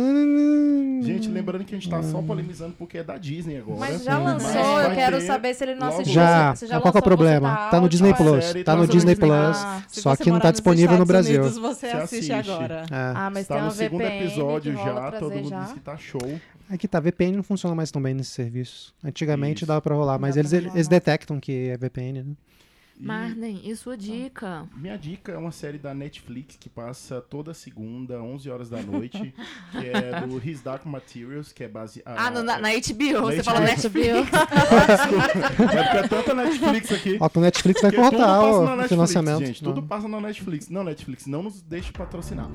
Speaker 2: Gente, lembrando que a gente tá só
Speaker 6: Hum.
Speaker 2: polemizando porque é da Disney agora.
Speaker 7: Mas já lançou,
Speaker 2: Mas
Speaker 7: eu
Speaker 2: vai
Speaker 7: quero
Speaker 2: ter
Speaker 7: saber se ele não
Speaker 2: logo-
Speaker 7: assistiu.
Speaker 6: Já.
Speaker 7: Você é.
Speaker 6: Qual que é
Speaker 7: lançou,
Speaker 6: o problema?
Speaker 7: você
Speaker 6: Tá no
Speaker 7: áudio,
Speaker 6: Disney
Speaker 7: mas-
Speaker 6: Plus.
Speaker 2: série
Speaker 6: Tá
Speaker 2: tá
Speaker 6: no
Speaker 2: no
Speaker 6: Disney
Speaker 5: Disney
Speaker 6: Plus.
Speaker 5: Plus.
Speaker 3: Se
Speaker 6: Só
Speaker 3: você
Speaker 6: que não
Speaker 3: morar
Speaker 6: tá
Speaker 3: nos
Speaker 6: disponível no
Speaker 3: Estados
Speaker 6: Brasil.
Speaker 3: Unidos, você
Speaker 2: Você
Speaker 3: assiste,
Speaker 2: assiste.
Speaker 3: agora.
Speaker 6: É.
Speaker 7: Ah, mas
Speaker 2: Está
Speaker 7: tem
Speaker 2: tá no
Speaker 7: uma
Speaker 2: segundo
Speaker 7: VPN
Speaker 2: episódio
Speaker 7: que rola
Speaker 2: já, todo
Speaker 7: trazer
Speaker 2: mundo
Speaker 7: já.
Speaker 2: diz que tá show.
Speaker 6: É que tá, VPN não funciona mais tão bem nesses serviços. Antigamente
Speaker 2: Isso.
Speaker 6: dava pra rolar, mas
Speaker 7: Dá
Speaker 6: eles,
Speaker 7: pra rolar,
Speaker 6: eles
Speaker 7: né?
Speaker 6: detectam que é VPN, né?
Speaker 2: E
Speaker 5: Marden, e sua dica?
Speaker 2: minha dica é uma série da Netflix que passa toda segunda, 11 horas da noite, que é do His Dark Materials, que é baseado...
Speaker 5: Ah, no- na, na HBO, você
Speaker 2: Na
Speaker 5: fala
Speaker 2: HBO.
Speaker 5: Netflix.
Speaker 2: É porque é tanta Netflix aqui.
Speaker 6: Ó, que o Netflix vai
Speaker 2: Porque tudo
Speaker 6: cortar
Speaker 2: passa
Speaker 6: ó,
Speaker 2: na
Speaker 6: o
Speaker 2: Netflix,
Speaker 6: financiamento. né?
Speaker 2: gente. Tudo
Speaker 6: Não.
Speaker 2: passa na Netflix. Não, Netflix, não nos deixe patrocinar.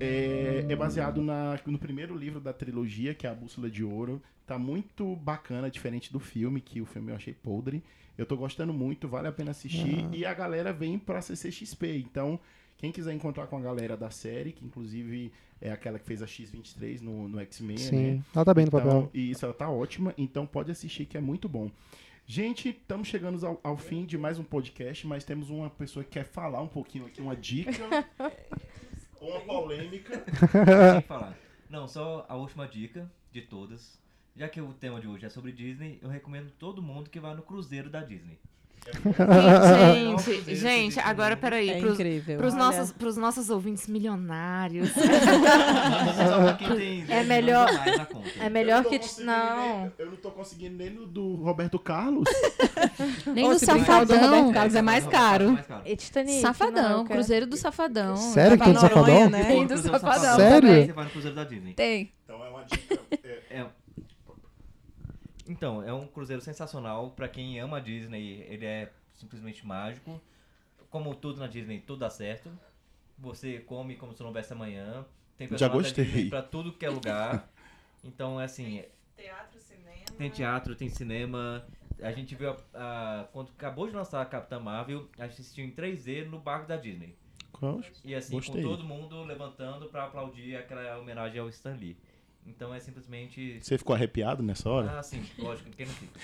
Speaker 2: É, é baseado na- no primeiro livro da trilogia, que é A Bússola de Ouro. Tá muito bacana, diferente do filme, que o filme eu achei podre. Eu tô gostando muito, vale a pena assistir.
Speaker 6: Ah.
Speaker 2: E a galera vem pra CCXP, então... Quem quiser encontrar com a galera da série, que inclusive é aquela que fez a X23 no, no X-Men, né?
Speaker 6: Sim, ela tá bem no
Speaker 2: Então,
Speaker 6: papel.
Speaker 2: e isso ela tá ótima, então pode assistir que é muito bom. Gente, estamos chegando ao, ao fim de mais um podcast, mas temos uma pessoa que quer falar um pouquinho aqui, uma dica. ou uma polêmica.
Speaker 4: Tem que falar. Não, só a última dica de todas. Já que o tema de hoje é sobre Disney, eu recomendo todo mundo que vá no cruzeiro da Disney.
Speaker 5: Gente, gente, agora peraí.
Speaker 3: É
Speaker 5: pros,
Speaker 3: incrível.
Speaker 5: pros
Speaker 3: Olha.
Speaker 5: nossos, pros nossos ouvintes milionários.
Speaker 4: Só pra quem tem
Speaker 7: É
Speaker 4: 10
Speaker 7: melhor-
Speaker 4: anos a mais na conta.
Speaker 7: É melhor
Speaker 2: Eu não
Speaker 7: que.
Speaker 2: tô conseguindo
Speaker 7: Não.
Speaker 2: nem- eu não tô conseguindo nem no do Roberto Carlos.
Speaker 1: Nem
Speaker 3: Ou
Speaker 1: do
Speaker 3: se brincar, o do
Speaker 1: Safadão.
Speaker 3: Roberto
Speaker 1: Carlos é mais caro.
Speaker 4: Mais caro.
Speaker 7: E Titanic, não,
Speaker 1: Safadão,
Speaker 7: eu quero-
Speaker 1: Cruzeiro do Safadão. Tá
Speaker 6: Sério que tem do
Speaker 3: Vai pra Noronha,
Speaker 6: Safadão?
Speaker 3: né?
Speaker 4: Tem
Speaker 7: do
Speaker 4: Cruzeiro
Speaker 7: Safadão
Speaker 6: Sério? também.
Speaker 4: Você vai no Cruzeiro da Disney.
Speaker 1: Tem.
Speaker 2: Então é uma dica. é,
Speaker 4: É. Então, é um cruzeiro sensacional pra quem ama a Disney. Ele é simplesmente mágico. Como tudo na Disney, tudo dá certo. Você come como se não houvesse amanhã. Tem
Speaker 2: Já
Speaker 4: personagem da
Speaker 2: gostei.
Speaker 4: Disney pra tudo que é lugar. Então, é assim,
Speaker 5: Teatro, cinema.
Speaker 4: tem teatro, tem cinema. A gente viu, a, a- quando acabou de lançar a Capitã Marvel, a gente assistiu em 3D no barco da Disney.
Speaker 2: qual?
Speaker 4: E assim,
Speaker 2: Gostei.
Speaker 4: com todo mundo levantando pra aplaudir aquela homenagem ao Stan Lee. Então é simplesmente
Speaker 2: Você ficou arrepiado nessa hora?
Speaker 4: ah, sim, lógico, quem não fica.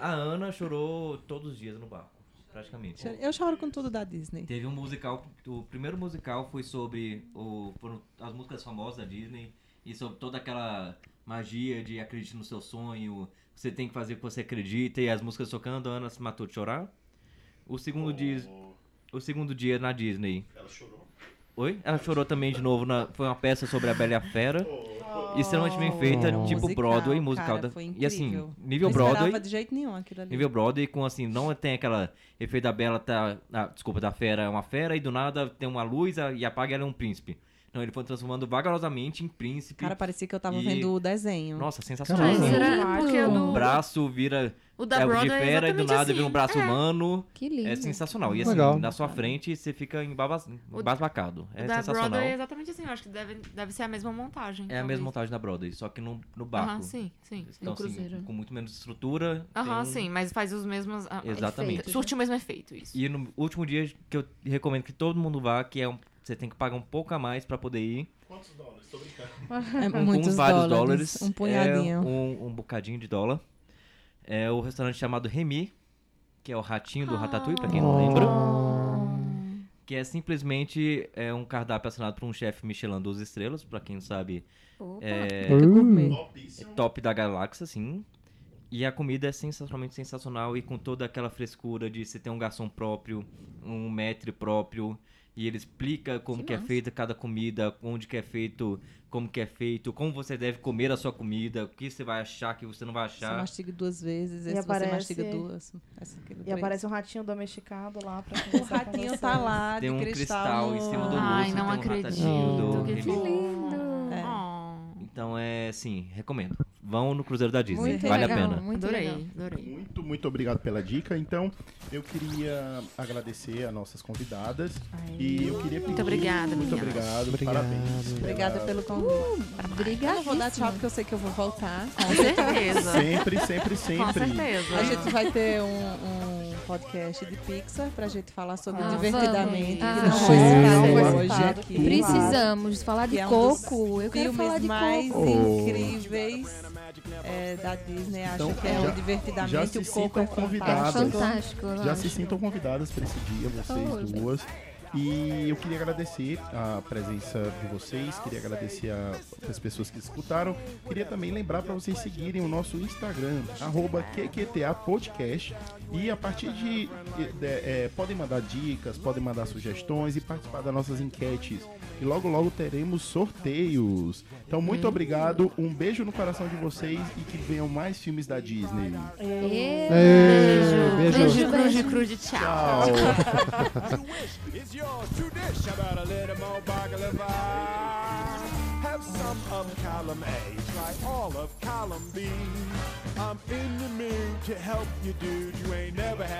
Speaker 4: A Ana chorou todos os dias no barco, praticamente.
Speaker 3: Eu choro com tudo da Disney.
Speaker 4: Teve um musical, o primeiro musical foi sobre o, foram as músicas famosas da Disney e sobre toda aquela magia de acredite no seu sonho, você tem que fazer o que você acredita e as músicas tocando, a Ana se matou de chorar. O segundo dia, o segundo dia na Disney. Oh. Ela chorou? Oi? Ela chorou também de novo na foi uma peça sobre a Bela e a Fera. Extremamente bem feita,
Speaker 6: Oh.
Speaker 4: tipo
Speaker 3: Musical,
Speaker 4: Broadway, musical
Speaker 3: cara,
Speaker 4: da...
Speaker 3: foi
Speaker 4: E assim,
Speaker 3: incrível.
Speaker 4: nível
Speaker 3: não
Speaker 4: Broadway,
Speaker 3: esperava de jeito nenhum aquilo ali.
Speaker 4: nível Broadway com assim, não tem aquela efeito da Bela tá, ah, desculpa, da fera é uma fera e do nada tem uma luz a- e apaga e ela é um príncipe. Não, ele foi transformando vagarosamente em príncipe.
Speaker 3: Cara, parecia que eu tava
Speaker 4: E-
Speaker 3: vendo o desenho.
Speaker 4: Nossa,
Speaker 5: Mas
Speaker 4: sensacional.
Speaker 6: Caramba.
Speaker 5: será porque o
Speaker 4: Um
Speaker 5: do,
Speaker 4: braço vira
Speaker 5: o da
Speaker 4: é, o de
Speaker 5: Broadway é
Speaker 4: fera e do
Speaker 5: exatamente
Speaker 4: nada
Speaker 5: assim.
Speaker 4: vira um braço
Speaker 5: É.
Speaker 4: humano.
Speaker 1: Que lindo.
Speaker 4: É sensacional. E assim,
Speaker 6: Legal.
Speaker 4: na sua frente você fica embabas- embasbacado.
Speaker 5: o
Speaker 4: É
Speaker 5: da
Speaker 4: sensacional.
Speaker 5: Broadway é exatamente assim. Eu acho que deve, deve ser a mesma montagem.
Speaker 4: É a mesma
Speaker 5: talvez.
Speaker 4: montagem da Broadway, só que no, no
Speaker 5: Aham,
Speaker 4: barco.
Speaker 5: sim, sim.
Speaker 4: Então, assim,
Speaker 1: cruzeiro.
Speaker 4: com muito menos estrutura.
Speaker 5: Aham,
Speaker 4: tem- um
Speaker 5: sim, mas faz os mesmos. ah,
Speaker 4: Exatamente.
Speaker 5: efeitos. Surte o mesmo efeito, isso.
Speaker 4: E no último dia que eu recomendo que todo mundo vá, que é um, você tem que pagar um pouco a mais pra poder ir.
Speaker 2: Quantos dólares? Tô brincando.
Speaker 3: É
Speaker 4: Um,
Speaker 3: muitos
Speaker 4: um, vários
Speaker 3: dólares,
Speaker 4: dólares.
Speaker 3: Um
Speaker 4: É
Speaker 3: punhadinho.
Speaker 4: um, um bocadinho de dólar. É o restaurante chamado Remy, que é o ratinho do Ratatouille, pra quem não
Speaker 3: Ah.
Speaker 4: lembra.
Speaker 6: Ah.
Speaker 4: Que é simplesmente é um cardápio assinado por um chefe Michelin duas estrelas, pra quem não sabe,
Speaker 1: Opa.
Speaker 4: é
Speaker 3: Fica
Speaker 6: Uh.
Speaker 3: gourmet.
Speaker 4: é
Speaker 1: um
Speaker 2: Topíssimo.
Speaker 4: top da galáxia, assim. E a comida é sensacionalmente sensacional e com toda aquela frescura de você ter um garçom próprio, um mestre próprio, e ele explica como
Speaker 1: Que
Speaker 4: que, é
Speaker 1: massa.
Speaker 4: feita cada comida, onde que é feito, como que é feito, como você deve comer a sua comida, o que você vai achar, o que você não vai
Speaker 3: Você
Speaker 4: achar.
Speaker 3: mastiga duas vezes,
Speaker 7: E
Speaker 3: esse
Speaker 7: aparece-
Speaker 3: você mastiga duas. Essa, aquele
Speaker 7: E
Speaker 3: três.
Speaker 7: aparece um ratinho domesticado lá pra
Speaker 3: o
Speaker 7: conversar com
Speaker 3: ratinho
Speaker 7: vocês.
Speaker 3: tá lá, de
Speaker 4: Tem um cristal em
Speaker 3: no-
Speaker 4: cima do
Speaker 5: Ai, não
Speaker 4: moço, tem um
Speaker 5: acredito,
Speaker 4: ratinho do
Speaker 5: que
Speaker 4: Remy.
Speaker 1: Que lindo.
Speaker 3: É.
Speaker 5: Oh,
Speaker 4: Então é assim, recomendo. Vão no Cruzeiro da Disney,
Speaker 1: Muito
Speaker 4: vale
Speaker 1: legal,
Speaker 4: a pena.
Speaker 1: Muito
Speaker 5: adorei,
Speaker 1: legal.
Speaker 5: adorei.
Speaker 2: Muito, muito obrigado pela dica. Então, eu queria agradecer as nossas convidadas. E eu queria pedir.
Speaker 5: Muito obrigada,
Speaker 2: Muito
Speaker 5: meninas.
Speaker 2: obrigado,
Speaker 6: Obrigado.
Speaker 2: parabéns.
Speaker 3: Obrigada
Speaker 4: Uh,
Speaker 3: pelo convite. Eu não vou dar tchau porque eu sei que eu vou voltar.
Speaker 5: Com certeza.
Speaker 2: Sempre, sempre,
Speaker 5: Com
Speaker 2: sempre.
Speaker 5: certeza.
Speaker 3: A gente vai ter um, um podcast de Pixar pra gente falar sobre
Speaker 1: Ah,
Speaker 3: Divertidamente.
Speaker 1: vamos.
Speaker 3: que não
Speaker 1: Ah,
Speaker 3: foi citado
Speaker 6: vamos.
Speaker 3: hoje aqui.
Speaker 1: Precisamos falar de
Speaker 3: Que é um dos
Speaker 1: coco. Eu quero
Speaker 3: filmes
Speaker 1: falar de
Speaker 3: mais
Speaker 1: coco.
Speaker 2: coco.
Speaker 3: incríveis é, da Disney. Acho
Speaker 2: Então,
Speaker 3: que é
Speaker 2: já-
Speaker 3: o Divertidamente.
Speaker 2: já se
Speaker 3: o Coco
Speaker 2: sintam
Speaker 3: é
Speaker 1: É
Speaker 2: convidadas.
Speaker 3: fantástico.
Speaker 1: fantástico. eu
Speaker 2: Já
Speaker 1: acho.
Speaker 2: se sintam convidadas para esse dia, vocês duas. E eu queria agradecer a presença de vocês, queria agradecer a- as pessoas que escutaram. Queria também lembrar para vocês seguirem o nosso Instagram, arroba QQTA Podcast. E a partir de. de- é, podem mandar dicas, podem mandar sugestões e participar das nossas enquetes. E logo, logo teremos sorteios. Então, muito obrigado, um beijo no coração de vocês e que venham mais filmes da Disney.
Speaker 1: Ê,
Speaker 6: Ei,
Speaker 1: Beijo.
Speaker 6: beijo.
Speaker 5: Beijo, cruze, cruze, tchau.
Speaker 2: Tchau!
Speaker 9: It's yours to dish about a little more baklava. Have some of column A, try all of column B. I'm in the mood to help you, dude. You ain't never had.